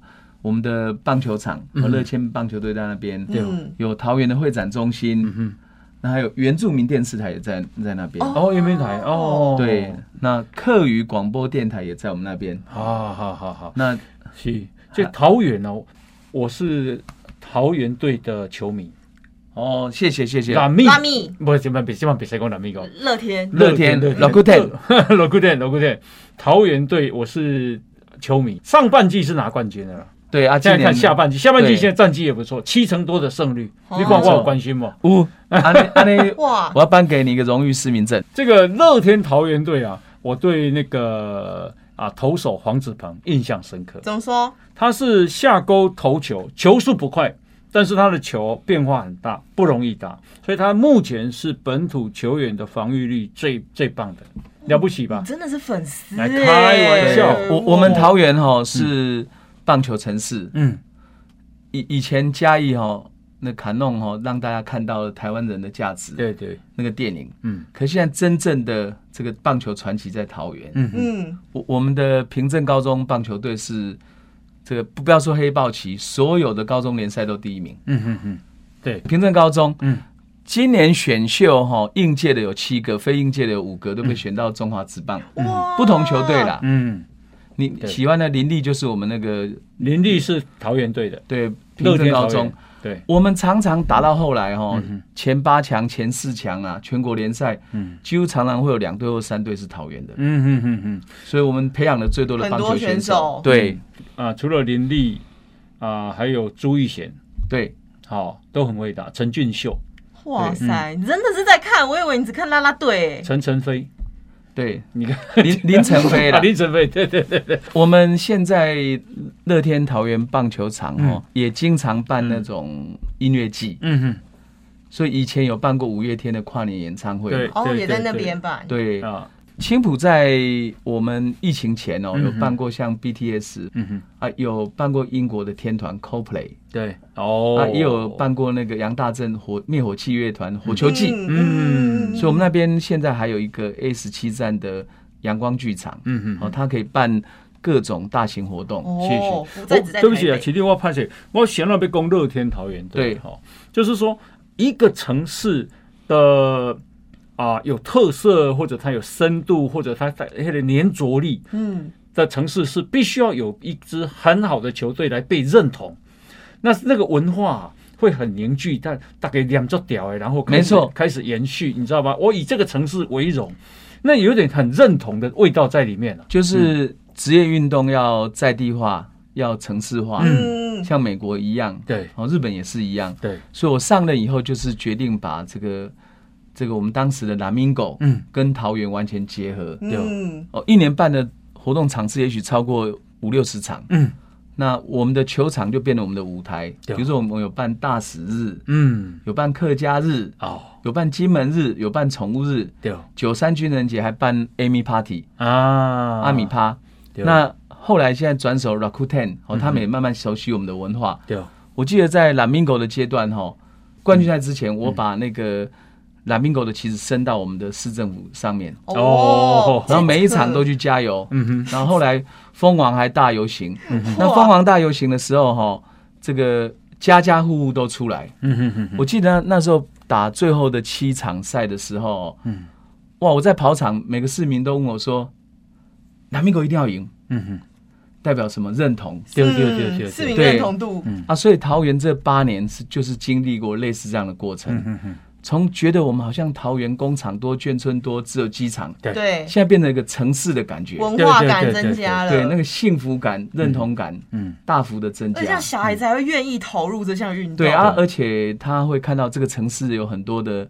[SPEAKER 1] 我们的棒球场
[SPEAKER 3] 嗯
[SPEAKER 1] 和乐千棒球队在那边，
[SPEAKER 4] 嗯，
[SPEAKER 1] 有桃园的会展中心，嗯那还有原住民电视台也在在那边，
[SPEAKER 3] 哦，圆明台哦，哦
[SPEAKER 1] 对，那客语广播电台也在我们那边，
[SPEAKER 3] 好好好好，
[SPEAKER 1] 那
[SPEAKER 3] 是这桃园哦，我是桃园队的球迷，
[SPEAKER 1] 哦，谢谢谢谢，
[SPEAKER 3] 拉米，
[SPEAKER 4] 拉，米、
[SPEAKER 3] 不，千万别千万别再讲拉米哦。
[SPEAKER 4] 乐天，
[SPEAKER 1] 乐天
[SPEAKER 3] 老
[SPEAKER 1] Rakuten
[SPEAKER 3] 老 t e n 老 t e n 桃园队我是球迷，上半季是拿冠军的啦。
[SPEAKER 1] 对啊，今
[SPEAKER 3] 现在
[SPEAKER 1] 年
[SPEAKER 3] 看下半季，下半季
[SPEAKER 1] 对
[SPEAKER 3] 现在战绩也不错，七成多的胜率，
[SPEAKER 4] 哦
[SPEAKER 3] 你看我有关心吗？
[SPEAKER 1] 呜，安内安内，
[SPEAKER 4] 哇，
[SPEAKER 1] 我要颁给你一个荣誉市民证。
[SPEAKER 3] 这个乐天桃园队啊，我对那个啊投手黄子鹏印象深刻，
[SPEAKER 4] 怎么说？
[SPEAKER 3] 他是下勾投球，球速不快，但是他的球变化很大，不容易打，所以他目前是本土球员的防御率最最棒的，了不起吧
[SPEAKER 4] 你？真的是哦粉丝
[SPEAKER 3] 来
[SPEAKER 4] 欸
[SPEAKER 3] 开玩笑
[SPEAKER 4] 对
[SPEAKER 1] 我我们桃园哈是棒球城市，
[SPEAKER 3] 嗯，
[SPEAKER 1] 以以前嘉义哈那砍弄哈让大家看到了台湾人的价值，
[SPEAKER 3] 对对，
[SPEAKER 1] 那个电影。
[SPEAKER 3] 嗯
[SPEAKER 1] 可现在真正的这个棒球传奇在桃园。
[SPEAKER 3] 嗯嗯
[SPEAKER 4] 嗯，
[SPEAKER 1] 我我们的平镇高中棒球队是这个不不要说黑豹旗，所有的高中联赛都第一名。
[SPEAKER 3] 嗯嗯嗯，对，
[SPEAKER 1] 平镇高中，
[SPEAKER 3] 嗯，
[SPEAKER 1] 今年选秀哈应届的有七个，非应届的有五个都被选到中华职棒，
[SPEAKER 4] 哇，
[SPEAKER 1] 不同球队啦。
[SPEAKER 3] 嗯，
[SPEAKER 1] 你
[SPEAKER 3] 对
[SPEAKER 1] 喜欢的林立就是我们那个
[SPEAKER 3] 林立是桃园队的，
[SPEAKER 1] 对平镇
[SPEAKER 3] 乐天嗯
[SPEAKER 1] 高
[SPEAKER 3] 桃
[SPEAKER 1] 中
[SPEAKER 3] 园，，对，
[SPEAKER 1] 我们常常打到后来哦，前八强、前四强啊，全国联赛，
[SPEAKER 3] 嗯
[SPEAKER 1] 几乎常常会有两队或三队是桃园的，
[SPEAKER 3] 嗯嗯嗯嗯。
[SPEAKER 1] 所以我们培养了最多的
[SPEAKER 4] 很
[SPEAKER 1] 棒
[SPEAKER 4] 多
[SPEAKER 1] 球选
[SPEAKER 4] 选手
[SPEAKER 1] 对
[SPEAKER 3] 啊，除了林立啊，还有朱玉贤，
[SPEAKER 1] 对，
[SPEAKER 3] 好、都很会打。陈俊秀、
[SPEAKER 4] 哇塞，你真的是在看，我以为你只看啦啦队欸，
[SPEAKER 3] 陈晨飞，
[SPEAKER 1] 对，
[SPEAKER 3] 你看
[SPEAKER 1] 林林晨飞
[SPEAKER 3] 啊
[SPEAKER 1] 了。
[SPEAKER 3] 林晨飞，对对对对，
[SPEAKER 1] 我们现在乐天桃园棒球场哦，也经常办那种音乐季，
[SPEAKER 3] 嗯哼。
[SPEAKER 1] 所以以前有办过五月天的跨年演唱会嘛。
[SPEAKER 3] 对
[SPEAKER 4] 哦，
[SPEAKER 3] 对
[SPEAKER 4] 也在那边吧？
[SPEAKER 1] 对，
[SPEAKER 3] 啊，
[SPEAKER 1] 青浦在我们疫情前哦，
[SPEAKER 3] 嗯
[SPEAKER 1] 有
[SPEAKER 3] 哼
[SPEAKER 1] 办过像 BTS
[SPEAKER 3] 嗯哼，
[SPEAKER 1] 啊，有办过英国的天团 Coldplay
[SPEAKER 3] 对，哦，
[SPEAKER 1] 啊，也有办过那个杨大正火灭火器乐团火球季，
[SPEAKER 3] 嗯
[SPEAKER 1] 所以我们那边现在还有一个 A 十七站的阳光剧场，
[SPEAKER 3] 嗯
[SPEAKER 1] 哦，它可以办各种大型活动。
[SPEAKER 4] 哦，
[SPEAKER 3] 谢谢
[SPEAKER 4] 不在
[SPEAKER 3] 我
[SPEAKER 4] 只在
[SPEAKER 3] 对不起啊，
[SPEAKER 4] 台北
[SPEAKER 3] 其实我怕谁？我想要被攻乐天桃园
[SPEAKER 1] 对
[SPEAKER 3] 哈，就是说一个城市的啊有特色，或者它有深度，或者它它它的粘着力
[SPEAKER 4] 嗯，
[SPEAKER 3] 的城市，是必须要有一支很好的球队来被认同。那那个文化啊、会很凝聚，但大概两座屌哎，然后开
[SPEAKER 1] 没
[SPEAKER 3] 始
[SPEAKER 1] 错
[SPEAKER 3] 开始延续，你知道吧？我以这个城市为荣，那有点很认同的味道在里面了、
[SPEAKER 1] 就是职业运动要在地化，要城市化，
[SPEAKER 4] 嗯
[SPEAKER 1] 像美国一样，
[SPEAKER 3] 对
[SPEAKER 1] 哦，日本也是一样。
[SPEAKER 3] 对，
[SPEAKER 1] 所以我上任以后，就是决定把这个这个我们当时的南明狗
[SPEAKER 3] 嗯，
[SPEAKER 1] 跟桃园完全结合。
[SPEAKER 4] 嗯，
[SPEAKER 1] 哦，一年半的活动场次也许超过五六十场。
[SPEAKER 3] 嗯，
[SPEAKER 1] 那我们的球场就变成我们的舞台。比
[SPEAKER 3] 对
[SPEAKER 1] 如说，我们有办大使日，
[SPEAKER 3] 嗯，
[SPEAKER 1] 有办客家日，
[SPEAKER 3] 哦，
[SPEAKER 1] 有办金门日，有办宠物日。
[SPEAKER 3] 对
[SPEAKER 1] 九三军人节还办 Amy Party、
[SPEAKER 3] 啊，
[SPEAKER 1] 阿米趴。
[SPEAKER 3] 对嗯
[SPEAKER 1] 那后来现在转手 Rakuten 哦，他们也慢慢熟悉我们的文化。
[SPEAKER 3] 对
[SPEAKER 1] 我记得在 Lamingo 的阶段哈、哦，冠军赛之
[SPEAKER 3] 嗯
[SPEAKER 1] 前，我把那个 Lamingo 的旗子升到我们的市政府上面，
[SPEAKER 3] 哦
[SPEAKER 1] 然后每一场都去加油。
[SPEAKER 3] 嗯哼，嗯
[SPEAKER 1] 然后后来蜂王还大游行，那
[SPEAKER 4] 哇
[SPEAKER 1] 蜂王大游行的时候哈、哦，这个家家户户都出来。
[SPEAKER 3] 嗯哼哼哼，
[SPEAKER 1] 我记得那时候打最后的七场赛的时候，
[SPEAKER 3] 嗯
[SPEAKER 1] 嗯，哇！我在跑场，每个市民都问我说：“南明狗一定要赢，
[SPEAKER 3] 嗯哼，
[SPEAKER 1] 代表什么认同
[SPEAKER 3] 对
[SPEAKER 4] 嗯
[SPEAKER 3] 对对对
[SPEAKER 4] 市
[SPEAKER 3] 对，
[SPEAKER 4] 民
[SPEAKER 1] 对
[SPEAKER 4] 认同度，
[SPEAKER 3] 嗯
[SPEAKER 1] 啊？”所以桃园这八年是就是经历过类似这样的过程，
[SPEAKER 3] 嗯哼，
[SPEAKER 1] 从觉得我们好像桃园工厂多、眷村多，只有机场，
[SPEAKER 3] 对
[SPEAKER 4] 对
[SPEAKER 1] 现，在变成一个城市的感觉，
[SPEAKER 4] 文化
[SPEAKER 3] 对
[SPEAKER 4] 感
[SPEAKER 3] 对对
[SPEAKER 4] 增加了，
[SPEAKER 1] 对那个幸福感、认同感，
[SPEAKER 3] 嗯
[SPEAKER 1] 嗯，大幅的增
[SPEAKER 4] 而且
[SPEAKER 1] 加。
[SPEAKER 4] 小孩子还会愿意投入这项运动，
[SPEAKER 1] 对啊，而且他会看到这个城市有很多的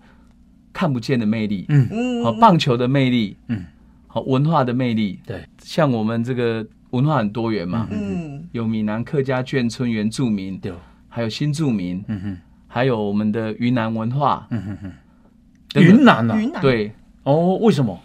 [SPEAKER 1] 看不见的魅力，
[SPEAKER 4] 嗯，
[SPEAKER 1] 好、棒球的魅力，
[SPEAKER 3] 嗯
[SPEAKER 1] 嗯，好、文化的魅力，
[SPEAKER 3] 对，
[SPEAKER 1] 像我们这个文化很多元嘛，
[SPEAKER 4] 嗯，
[SPEAKER 1] 有闽南客家眷村原住民，
[SPEAKER 3] 对，
[SPEAKER 1] 还有新住民，
[SPEAKER 3] 嗯哼，
[SPEAKER 1] 还有我们的云南文化，
[SPEAKER 3] 嗯哼哼，
[SPEAKER 1] 等等
[SPEAKER 3] 云南啊，
[SPEAKER 4] 云南，
[SPEAKER 1] 嗯对，
[SPEAKER 3] 哦，为什么？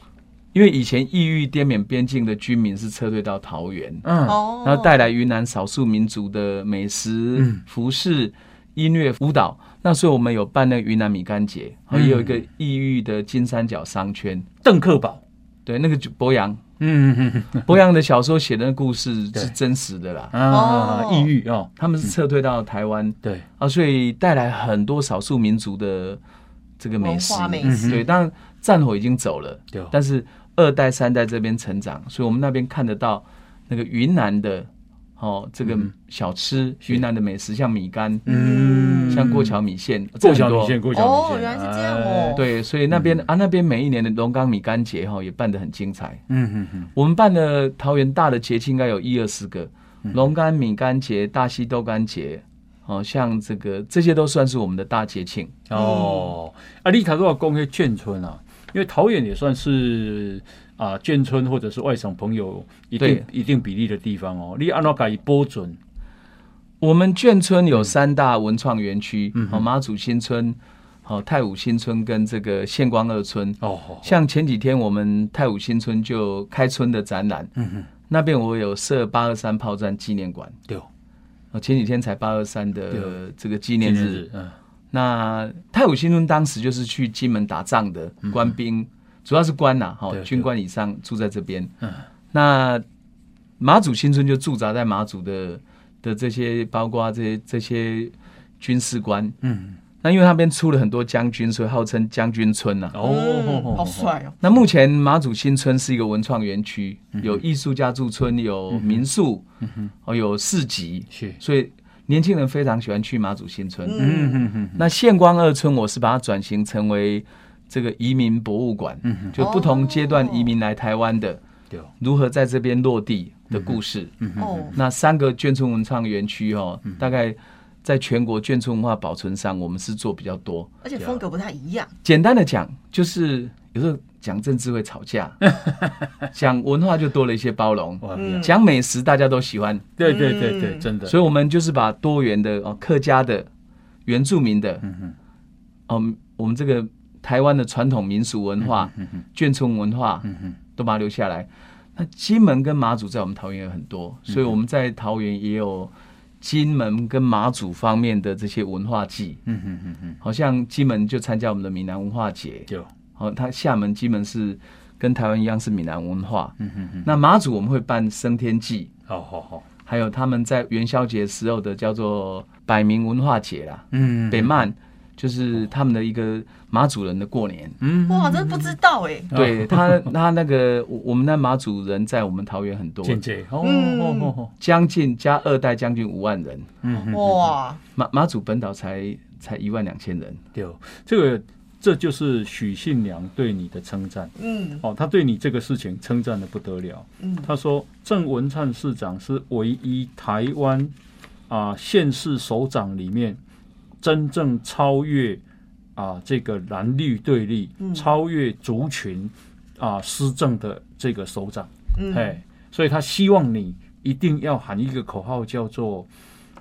[SPEAKER 1] 因为以前异域滇缅边境的居民是撤退到桃园，
[SPEAKER 3] 嗯，
[SPEAKER 4] 哦，
[SPEAKER 1] 然后带来云南少数民族的美食、
[SPEAKER 3] 嗯
[SPEAKER 1] 服饰、音乐、舞蹈。那所以我们有办那个云南米干节，然后
[SPEAKER 4] 嗯
[SPEAKER 1] 也有一个异域的金三角商圈，
[SPEAKER 3] 邓克宝，
[SPEAKER 1] 对，那个就博洋，
[SPEAKER 3] 嗯哼哼哼，
[SPEAKER 1] 博洋的小说写的那故事
[SPEAKER 3] 对
[SPEAKER 1] 是真实的啦，
[SPEAKER 3] 啊，
[SPEAKER 4] 哦
[SPEAKER 3] 抑郁哦，
[SPEAKER 1] 他们是撤退到台湾
[SPEAKER 3] 对，
[SPEAKER 1] 啊，所以带来很多少数民族的这个美食
[SPEAKER 4] 文化。美食
[SPEAKER 1] 嗯对，当然战火已经走了
[SPEAKER 3] 对，
[SPEAKER 1] 但是二代三代这边成长，所以我们那边看得到那个云南的哦，这个小吃，
[SPEAKER 3] 嗯是
[SPEAKER 1] 云南的美食，像米干，
[SPEAKER 3] 嗯
[SPEAKER 1] 像过桥米线，
[SPEAKER 3] 过
[SPEAKER 1] 这
[SPEAKER 3] 桥
[SPEAKER 1] 很多
[SPEAKER 3] 米线，。过桥米线，
[SPEAKER 4] 哦原来是这样哦
[SPEAKER 3] 哎
[SPEAKER 1] 对，所以那边啊，那边每一年的龙岗米干节哦哈也办得很精彩。
[SPEAKER 3] 嗯哼哼，
[SPEAKER 1] 我们办的桃园大的节庆应该有一二十个，
[SPEAKER 3] 嗯
[SPEAKER 1] 龙干、米干节、大溪豆干节，哦，像这个这些都算是我们的大节庆。
[SPEAKER 3] 哦，啊，丽塔都要讲些眷村啊，因为桃园也算是啊眷村或者是外省朋友一定一定比例的地方哦。你按照改波准，
[SPEAKER 1] 我们眷村有三大文创园区，哦，马祖新村、哦太武新村跟这个县光二村。
[SPEAKER 3] 哦，
[SPEAKER 1] 像前几天我们太武新村就开村的展览，
[SPEAKER 3] 嗯哼，
[SPEAKER 1] 那边我有设八二三炮战纪念馆。
[SPEAKER 3] 对，
[SPEAKER 1] 哦，前几天才八二三的
[SPEAKER 3] 对
[SPEAKER 1] 这个纪念日，，
[SPEAKER 3] 嗯，
[SPEAKER 1] 那太武新村当时就是去金门打仗的官兵，主要是官呐、哈、
[SPEAKER 3] 嗯对
[SPEAKER 1] 军官以上住在这边。
[SPEAKER 3] 嗯
[SPEAKER 1] 那马祖新村就驻扎在马祖的的这些，包括这些这些军事官。
[SPEAKER 3] 嗯，
[SPEAKER 1] 那因为那边出了很多将军，所以号称将军村呐、
[SPEAKER 3] 哦，
[SPEAKER 4] 嗯好，帅哦，
[SPEAKER 1] 那目前马祖新村是一个文创园区，
[SPEAKER 3] 嗯
[SPEAKER 1] 有艺术家驻村，有民宿，哦，有市集，
[SPEAKER 3] 是，
[SPEAKER 1] 所以年轻人非常喜欢去马祖新村。
[SPEAKER 3] 嗯
[SPEAKER 4] 嗯，
[SPEAKER 3] 哼哼，
[SPEAKER 1] 那县光二村，我是把它转型成为这个移民博物馆，就不同阶段移民来台湾的
[SPEAKER 3] 对，
[SPEAKER 1] 如何在这边落地的故事。
[SPEAKER 4] 哦，
[SPEAKER 1] 那三个眷村文创园区哦，大概在全国眷村文化保存上，我们是做比较多。
[SPEAKER 4] 而且风格不太一样，
[SPEAKER 1] 简单的讲，就是有时候讲政治会吵架，讲文化就多了一些包容，
[SPEAKER 2] 哇，
[SPEAKER 4] 嗯
[SPEAKER 1] 讲美食大家都喜欢，
[SPEAKER 3] 对对对对，
[SPEAKER 4] 嗯
[SPEAKER 3] 真的。
[SPEAKER 1] 所以我们就是把多元的哦，客家的、原住民的，
[SPEAKER 2] 哼
[SPEAKER 1] 嗯嗯，我们这个台湾的传统民俗文化、
[SPEAKER 2] 嗯
[SPEAKER 1] 眷村文化，
[SPEAKER 3] 嗯
[SPEAKER 1] 都把它留下来。那金门跟马祖在我们桃园也很
[SPEAKER 2] 嗯
[SPEAKER 1] 多，所以我们在桃园也有金门跟马祖方面的这些文化祭，
[SPEAKER 2] 嗯嗯嗯嗯，
[SPEAKER 1] 好像金门就参加我们的闽南文化节，
[SPEAKER 2] 有，
[SPEAKER 4] 嗯
[SPEAKER 1] 哦，它厦门、金门是跟台湾一样是闽南文化，
[SPEAKER 2] 嗯嗯嗯，
[SPEAKER 1] 那马祖我们会办升天祭，
[SPEAKER 2] 好好好，
[SPEAKER 1] 还有他们在元宵节时候的叫做百名文化节啦，
[SPEAKER 2] 嗯
[SPEAKER 1] 北，曼就是他们的一个马祖人的过年。
[SPEAKER 2] 嗯
[SPEAKER 4] 哇，真的不知道哎，
[SPEAKER 3] 哦
[SPEAKER 1] 对他，他那个我我们那马祖人在我们桃园很多，
[SPEAKER 2] 见解，哦
[SPEAKER 4] 嗯
[SPEAKER 2] 哦哦哦，
[SPEAKER 1] 将近加二代将近五万人，
[SPEAKER 2] 嗯，
[SPEAKER 4] 哇，
[SPEAKER 1] 马马祖本岛才才一万两千人。
[SPEAKER 2] 有，
[SPEAKER 3] 哦这个这就是许信良对你的称赞
[SPEAKER 4] 嗯
[SPEAKER 3] 哦，他对你这个事情称赞的不得了。
[SPEAKER 4] 嗯，
[SPEAKER 3] 他说郑文灿市长是唯一台湾啊、县市首长里面真正超越啊、这个蓝绿对立，
[SPEAKER 4] 嗯
[SPEAKER 3] 超越族群啊、施政的这个首长。
[SPEAKER 4] 嗯
[SPEAKER 3] 哎，所以他希望你一定要喊一个口号，叫做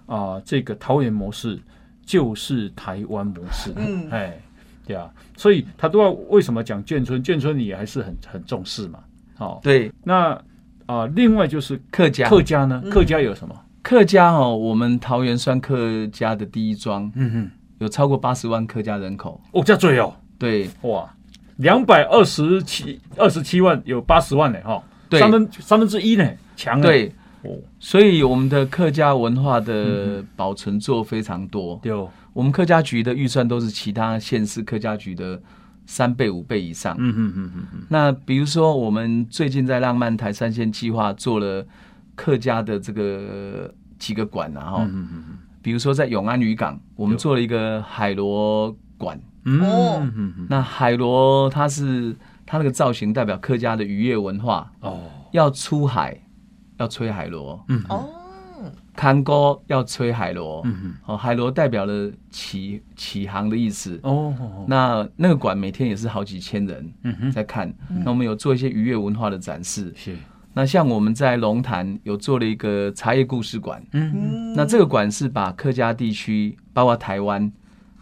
[SPEAKER 3] 啊、这个桃园模式就是台湾模式。
[SPEAKER 4] 嗯
[SPEAKER 3] 哎，对啊，所以他都要为什么讲眷村？眷村你还是很很重视嘛。好、
[SPEAKER 1] 对，
[SPEAKER 3] 那啊、另外就是
[SPEAKER 1] 客家
[SPEAKER 3] 哦客家呢，
[SPEAKER 4] 嗯
[SPEAKER 3] 客家有什么？
[SPEAKER 1] 客家哦，我们桃园算客家的第一庄，
[SPEAKER 2] 嗯嗯，
[SPEAKER 1] 有超过八十万客家人口。
[SPEAKER 3] 哦，这最哦，
[SPEAKER 1] 对
[SPEAKER 3] 哇，两百二十七二十七万有八十万呢，哈、
[SPEAKER 1] 对
[SPEAKER 3] 三分三分之一呢，强呢，
[SPEAKER 1] 对
[SPEAKER 3] 哦，嗯
[SPEAKER 1] 所以我们的客家文化的保存做非常多。
[SPEAKER 3] 对哦，
[SPEAKER 1] 我们客家局的预算都是其他县市客家局的三倍、五倍以上。
[SPEAKER 3] 嗯嗯嗯嗯嗯，
[SPEAKER 1] 那比如说，我们最近在浪漫台三线计划做了客家的这个几个馆啊，哈、
[SPEAKER 3] 嗯嗯
[SPEAKER 1] 比如说在永安渔港，我们做了一个海螺馆。
[SPEAKER 3] 嗯
[SPEAKER 4] 哦
[SPEAKER 3] 嗯嗯嗯
[SPEAKER 1] 那海螺它是它那个造型代表客家的渔业文化，
[SPEAKER 3] 哦。
[SPEAKER 1] 要出海要吹海螺，
[SPEAKER 2] 嗯，
[SPEAKER 4] 哦，
[SPEAKER 1] 看歌要吹海螺。
[SPEAKER 2] 嗯
[SPEAKER 1] 哦，海螺代表了起起航的意思。
[SPEAKER 3] 哦哦，
[SPEAKER 1] 嗯那那个馆每天也是好几千人
[SPEAKER 2] 嗯哼，
[SPEAKER 1] 在看，那我们有做一些渔业文化的展示。
[SPEAKER 2] 是，
[SPEAKER 1] 那像我们在龙潭有做了一个茶叶故事馆，
[SPEAKER 2] 嗯
[SPEAKER 4] 嗯
[SPEAKER 1] 那这个馆是把客家地区，包括台湾，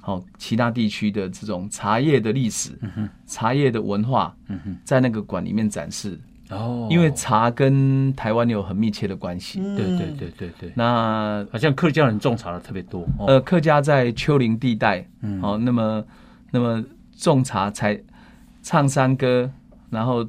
[SPEAKER 1] 哦，其他地区的这种茶叶的历史、茶叶的文化，
[SPEAKER 2] 嗯哼，
[SPEAKER 1] 在那个馆里面展示，
[SPEAKER 2] 哦，
[SPEAKER 1] 因为茶跟台湾有很密切的关系。
[SPEAKER 4] 嗯
[SPEAKER 2] 对对对对对，
[SPEAKER 1] 那
[SPEAKER 3] 好像客家人种茶的特别多哦。
[SPEAKER 1] 呃，客家在丘陵地带，
[SPEAKER 2] 嗯
[SPEAKER 1] 哦，那么那么种茶才唱山歌，然后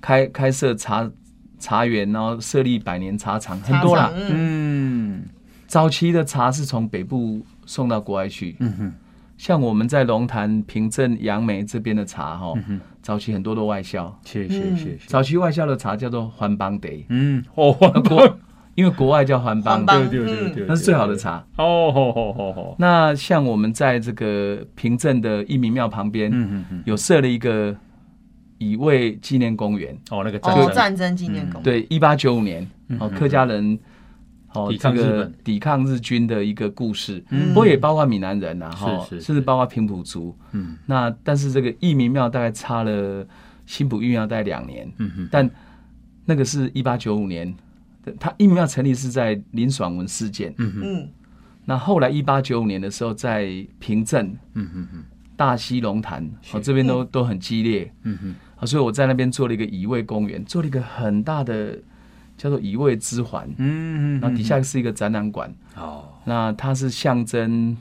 [SPEAKER 1] 开开设茶茶园，然后设立百年茶厂，很多
[SPEAKER 4] 茶
[SPEAKER 1] 啦
[SPEAKER 4] 厂。嗯
[SPEAKER 2] 嗯
[SPEAKER 1] 早期的茶是从北部送到国外去，
[SPEAKER 2] 嗯哼，
[SPEAKER 1] 像我们在龙潭、平镇、杨梅这边的茶，
[SPEAKER 3] 嗯
[SPEAKER 1] 哈、哦，
[SPEAKER 2] 哼
[SPEAKER 1] 早期很多都外销，
[SPEAKER 2] 谢谢谢谢，
[SPEAKER 1] 早期外销的茶叫做环邦得，
[SPEAKER 2] 嗯，哦，换
[SPEAKER 1] 那国因为国外叫环邦
[SPEAKER 4] 环，邦
[SPEAKER 3] 对对对对，
[SPEAKER 1] 那是最好的。茶。
[SPEAKER 3] 哦吼吼吼吼，
[SPEAKER 1] 那像我们在这个平镇的义民庙旁边，
[SPEAKER 2] 嗯嗯嗯，
[SPEAKER 1] 有设了一个以卫纪念公园。
[SPEAKER 3] 哦那个战
[SPEAKER 4] 哦，
[SPEAKER 3] 争，
[SPEAKER 4] 战争纪念公园，
[SPEAKER 1] 嗯对，一八九五年，哦，客家人哦
[SPEAKER 3] 抵抗
[SPEAKER 1] 这
[SPEAKER 3] 日
[SPEAKER 1] 个
[SPEAKER 3] 本
[SPEAKER 1] 抵抗日军的一个故事，
[SPEAKER 2] 嗯
[SPEAKER 1] 不过也包括闽南人啊，哈，
[SPEAKER 2] 是是
[SPEAKER 1] 甚至包括平埔族。
[SPEAKER 2] 嗯
[SPEAKER 1] 那但是这个义民庙大概差了新埔义民庙大概两年，
[SPEAKER 2] 嗯哼，
[SPEAKER 1] 但那个是一八九五年，它义民庙成立是在林爽文事件。
[SPEAKER 4] 嗯
[SPEAKER 1] 那后来一八九五年的时候，在平镇
[SPEAKER 2] 嗯哼嗯
[SPEAKER 1] 大溪龙潭，哦这边都都很激烈。
[SPEAKER 2] 嗯哼，
[SPEAKER 1] 啊，所以我在那边做了一个移位公园，做了一个很大的叫做移位之环，
[SPEAKER 2] 嗯
[SPEAKER 1] 然后底下是一个展览馆，
[SPEAKER 2] 好
[SPEAKER 1] 那它是象征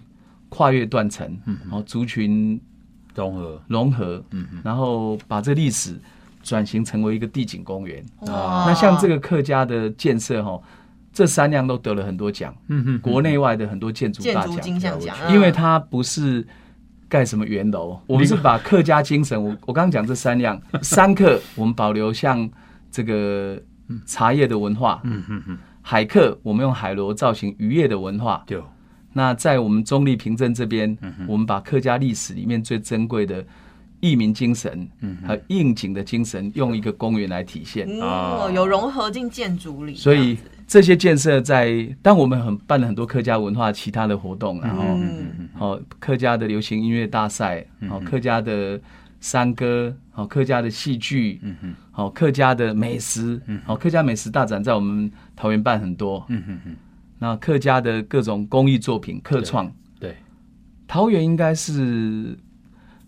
[SPEAKER 1] 跨越断层，然后族群
[SPEAKER 2] 融合，
[SPEAKER 1] 融合，
[SPEAKER 2] 嗯
[SPEAKER 1] 然后把这历史转型成为一个地景公园。
[SPEAKER 4] 哇，
[SPEAKER 1] 啊那像这个客家的建设哈，这三样都得了很多奖，
[SPEAKER 2] 嗯哼，
[SPEAKER 1] 国内外的很多建筑
[SPEAKER 4] 建
[SPEAKER 1] 大
[SPEAKER 4] 筑
[SPEAKER 1] 奖，
[SPEAKER 4] 金像奖，
[SPEAKER 1] 因为
[SPEAKER 4] 嗯
[SPEAKER 1] 它不是。盖什么圆楼？我们是把客家精神，我我刚刚讲这三样，三客我们保留像这个茶叶的文化，
[SPEAKER 2] 嗯哼哼，
[SPEAKER 1] 海客我们用海螺造型渔业的文化。
[SPEAKER 2] 对，
[SPEAKER 1] 那在我们中立平镇这边，我们把客家历史里面最珍贵的益民精神和应景的精神，用一个公园来体现。
[SPEAKER 4] 嗯
[SPEAKER 2] 啊
[SPEAKER 4] 哦有融合进建筑里，
[SPEAKER 1] 所以
[SPEAKER 4] 这样子
[SPEAKER 1] 这些建设在，但我们很办了很多客家文化其他的活动，啊然后
[SPEAKER 4] 嗯
[SPEAKER 1] 哦客家的流行音乐大赛，
[SPEAKER 3] 嗯
[SPEAKER 1] 哦客家的山歌，哦客家的戏剧，
[SPEAKER 2] 嗯哼，
[SPEAKER 1] 哦客家的美食，
[SPEAKER 3] 嗯
[SPEAKER 1] 哦客家美食大展在我们桃园办很多，
[SPEAKER 2] 嗯哼哼，
[SPEAKER 1] 那客家的各种工艺作品客创，
[SPEAKER 2] 对，
[SPEAKER 1] 桃园应该是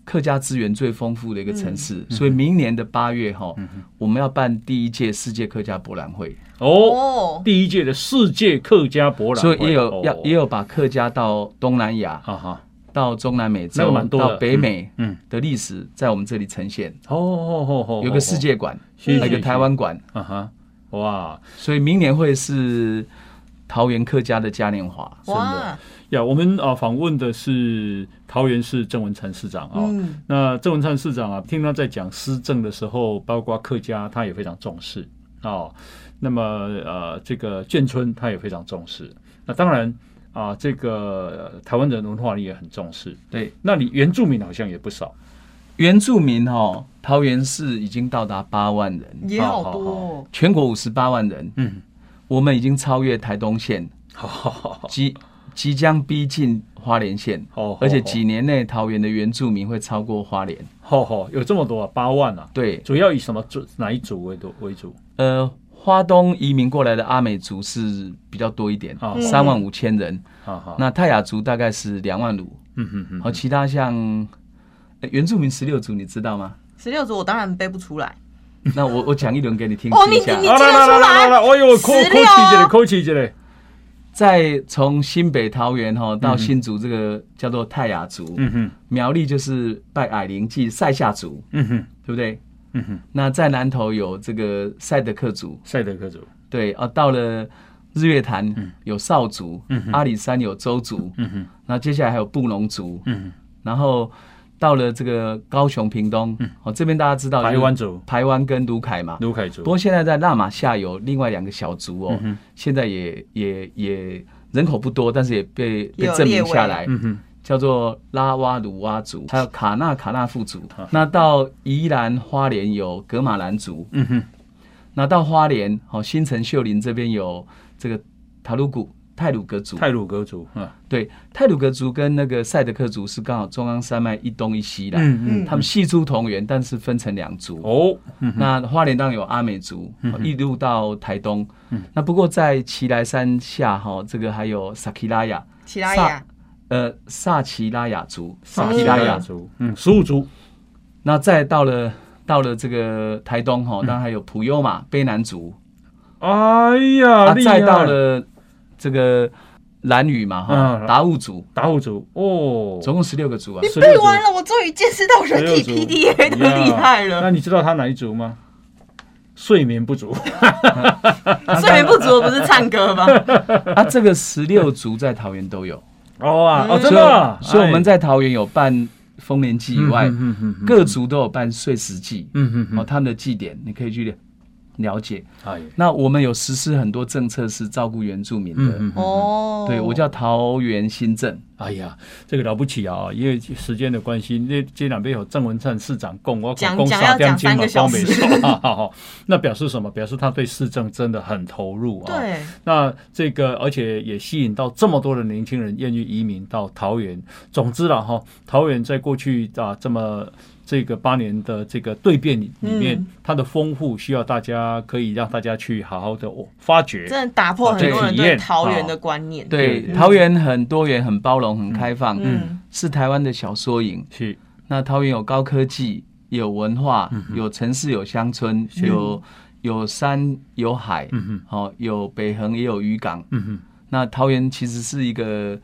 [SPEAKER 1] 客家资源最丰富的一个城市，
[SPEAKER 3] 嗯
[SPEAKER 1] 所以明年的八月哈，我们要办第一届世界客家博览会，
[SPEAKER 3] 哦，
[SPEAKER 4] 哦，
[SPEAKER 3] 第一届的世界客家博览
[SPEAKER 1] 所
[SPEAKER 3] 会，
[SPEAKER 1] 以也有
[SPEAKER 3] 哦
[SPEAKER 1] 要也，有把客家到东南亚、
[SPEAKER 3] 哈哈，
[SPEAKER 1] 到中南美
[SPEAKER 3] 那
[SPEAKER 1] 洲
[SPEAKER 3] 个、蛮多的
[SPEAKER 1] 到北美
[SPEAKER 2] 嗯
[SPEAKER 1] 的历史在我们这里呈现，
[SPEAKER 3] 哦哦哦哦，
[SPEAKER 1] 有个世界馆，
[SPEAKER 3] 是
[SPEAKER 1] 有一个
[SPEAKER 3] 是
[SPEAKER 1] 台湾馆，
[SPEAKER 3] 啊哈，哇
[SPEAKER 1] 所以明年会是桃园客家的嘉年华。
[SPEAKER 4] 哦哇，
[SPEAKER 3] 呀，我们啊访问的是桃园市郑文灿市长啊。
[SPEAKER 4] 嗯，
[SPEAKER 3] 那郑文灿市长啊，听他在讲施政的时候，包括客家，他也非常重视哦。那么呃，这个眷村他也非常重视。那当然啊、这个、呃台湾人文化你也很重视。
[SPEAKER 1] 对，
[SPEAKER 3] 那你原住民好像也不少，
[SPEAKER 1] 原住民哦，桃园市已经到达八万人，
[SPEAKER 4] 也好多哦，
[SPEAKER 1] 全国五十八万人，
[SPEAKER 3] 嗯，
[SPEAKER 1] 我们已经超越台东县，哦
[SPEAKER 3] 好好好，
[SPEAKER 1] 即即将逼近花莲县，
[SPEAKER 3] 好
[SPEAKER 1] 而且几年内桃园的原住民会超过花莲。
[SPEAKER 3] 好好有这么多啊，八万啊，
[SPEAKER 1] 对，
[SPEAKER 3] 主要以什么族哪一族为多为主？
[SPEAKER 1] 呃，花东移民过来的阿美族是比较多一点
[SPEAKER 3] 哦，
[SPEAKER 1] 三万五千人，
[SPEAKER 3] 哈啊哈，
[SPEAKER 1] 那泰雅族大概是两万五，
[SPEAKER 3] 嗯哼哼，
[SPEAKER 1] 好，其他像。呃原住民十六族你知 道吗？
[SPEAKER 4] 十六组我当然背不出来，
[SPEAKER 1] 那我我讲一轮给你听
[SPEAKER 4] 哦
[SPEAKER 1] 听一下。
[SPEAKER 4] 你你竟然出来
[SPEAKER 3] 来，哎呦，扣扣起
[SPEAKER 4] 十六
[SPEAKER 3] 一个，扣起一个，
[SPEAKER 1] 在从新北桃园哈到新竹这个叫做泰雅族，
[SPEAKER 3] 嗯哼，
[SPEAKER 1] 苗栗就是拜矮灵祭塞夏族，
[SPEAKER 3] 嗯哼，
[SPEAKER 1] 对不对？
[SPEAKER 3] 嗯哼，
[SPEAKER 1] 那在南投有这个赛德克族，
[SPEAKER 3] 赛德克族，
[SPEAKER 1] 对啊，到了日月潭有邵族，阿里山有周族，
[SPEAKER 3] 嗯哼，
[SPEAKER 1] 那接下来还有布农族，
[SPEAKER 3] 嗯
[SPEAKER 1] 然后到了这个高雄屏东，哦，这边大家知道
[SPEAKER 3] 哼，嗯台湾族，
[SPEAKER 1] 台湾跟卢凯嘛，
[SPEAKER 3] 卢凯族
[SPEAKER 1] 不，过现在在纳马下有另外两个小族哦，现在也也也人口不多，但是也被被
[SPEAKER 4] 有
[SPEAKER 1] 证
[SPEAKER 4] 列
[SPEAKER 1] 明
[SPEAKER 4] 为
[SPEAKER 1] 下来，
[SPEAKER 3] 嗯哼，
[SPEAKER 1] 叫做拉哇鲁哇族，还有卡纳卡纳富族。那到宜兰花莲有格马兰族，
[SPEAKER 3] 嗯哼，
[SPEAKER 1] 那到花莲哦新城秀林这边有这个塔鲁古泰鲁格族。
[SPEAKER 3] 泰鲁格族，啊，
[SPEAKER 1] 对，泰鲁格族跟那个赛德克族是刚好中央山脉一东一西啦，
[SPEAKER 3] 嗯嗯，
[SPEAKER 1] 他们系出同源，但是分成两族。
[SPEAKER 3] 哦，嗯
[SPEAKER 1] 那花莲当然有阿美族，哦一路到台东。
[SPEAKER 3] 嗯
[SPEAKER 1] 那不过在奇莱山下哈，这个还有萨奇拉雅，
[SPEAKER 4] 其他呀，
[SPEAKER 1] 呃，萨奇拉雅族，
[SPEAKER 3] 萨
[SPEAKER 1] 奇
[SPEAKER 3] 提
[SPEAKER 1] 拉
[SPEAKER 3] 拉
[SPEAKER 1] 雅
[SPEAKER 3] 雅族，嗯，十五族，
[SPEAKER 1] 那再到了到了这个台东哈，
[SPEAKER 3] 嗯
[SPEAKER 1] 当然还有普悠玛卑南族，
[SPEAKER 3] 哎呀，厉
[SPEAKER 1] 再
[SPEAKER 3] 害，
[SPEAKER 1] 到了这个兰屿嘛哈
[SPEAKER 3] 嗯
[SPEAKER 1] 达悟族，
[SPEAKER 3] 达悟族，哦，
[SPEAKER 1] 总共十六个 族啊。
[SPEAKER 4] 你
[SPEAKER 3] 十六
[SPEAKER 4] 背
[SPEAKER 3] 组
[SPEAKER 4] 完了，我终于见识到人体
[SPEAKER 3] 十六组
[SPEAKER 4] PDA 的厉害
[SPEAKER 3] 呀
[SPEAKER 4] 了
[SPEAKER 3] 那。你知道他哪一族吗？睡眠不足，
[SPEAKER 4] 睡眠不足不是唱歌吗？
[SPEAKER 1] 啊，这个十六族在桃园都有，
[SPEAKER 3] 哦啊，哦，
[SPEAKER 1] 所
[SPEAKER 3] 真
[SPEAKER 1] 以
[SPEAKER 3] 的啊，
[SPEAKER 1] 所以我们
[SPEAKER 3] 哎
[SPEAKER 1] 在桃园有办丰年祭以外，
[SPEAKER 3] 嗯嗯嗯嗯
[SPEAKER 1] 各族都有办碎石祭，
[SPEAKER 3] 嗯嗯
[SPEAKER 1] 哦，他们的祭典你可以去了解。
[SPEAKER 3] 哎，
[SPEAKER 1] 那我们有实施很多政策是照顾原住民
[SPEAKER 3] 嗯
[SPEAKER 1] 的，
[SPEAKER 4] 哦，
[SPEAKER 1] 对我叫桃园新政。
[SPEAKER 3] 哎呀，这个了不起啊！因为时间的关系，那这两边有郑文灿市长供我
[SPEAKER 4] 讲
[SPEAKER 3] 供
[SPEAKER 4] 讲要讲三个小时
[SPEAKER 3] 好好好，那表示什么？表示他对市政真的很投入啊。。
[SPEAKER 4] 对，
[SPEAKER 3] 那这个，而且也吸引到这么多的年轻人愿意移民到桃园。总之了哈，桃园在过去啊这么这个八年的这个蜕变里里面，
[SPEAKER 4] 嗯
[SPEAKER 3] 它的丰富需要大家可以让大家去好好的发掘。
[SPEAKER 4] 真的打破很多
[SPEAKER 3] 对
[SPEAKER 4] 人
[SPEAKER 3] 体
[SPEAKER 4] 啊对
[SPEAKER 3] 验
[SPEAKER 4] 桃园的观念。
[SPEAKER 1] 对
[SPEAKER 3] 对，
[SPEAKER 1] 桃园很多元、很包容、很开放，
[SPEAKER 4] 嗯
[SPEAKER 1] 是台湾的小缩影。
[SPEAKER 3] 去
[SPEAKER 1] 那桃园有高科技，有文化，
[SPEAKER 3] 嗯
[SPEAKER 1] 有城市，有乡村，有有山，有海，
[SPEAKER 3] 嗯哼
[SPEAKER 1] 哦，有北横，也有渔港。
[SPEAKER 3] 嗯哼，
[SPEAKER 1] 那桃园其实是一个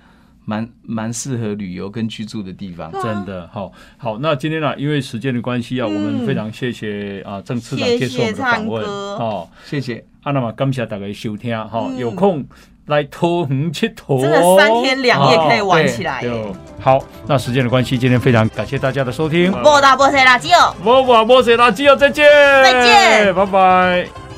[SPEAKER 1] 蛮蛮适合旅游跟居住的地方。
[SPEAKER 4] 啊
[SPEAKER 3] 真的好、好，那今天呢、因为时间的关系啊，我们非常谢谢啊郑市长
[SPEAKER 4] 谢
[SPEAKER 3] 接受我们
[SPEAKER 4] 嗯谢
[SPEAKER 3] 的访
[SPEAKER 4] 灿
[SPEAKER 3] 问
[SPEAKER 4] 哥
[SPEAKER 3] 哦。
[SPEAKER 1] 谢谢，
[SPEAKER 3] 啊，那么感谢大家的收听哈、
[SPEAKER 4] 嗯
[SPEAKER 3] 有空来桃园佚佗，
[SPEAKER 4] 真的三天两夜可以玩起来耶。
[SPEAKER 3] 就好，那时间的关系，今天非常感谢大家的收听。
[SPEAKER 4] 莫大波塞垃圾哦。
[SPEAKER 3] 我我我是垃圾哦，再见，
[SPEAKER 4] 再见
[SPEAKER 3] 拜拜。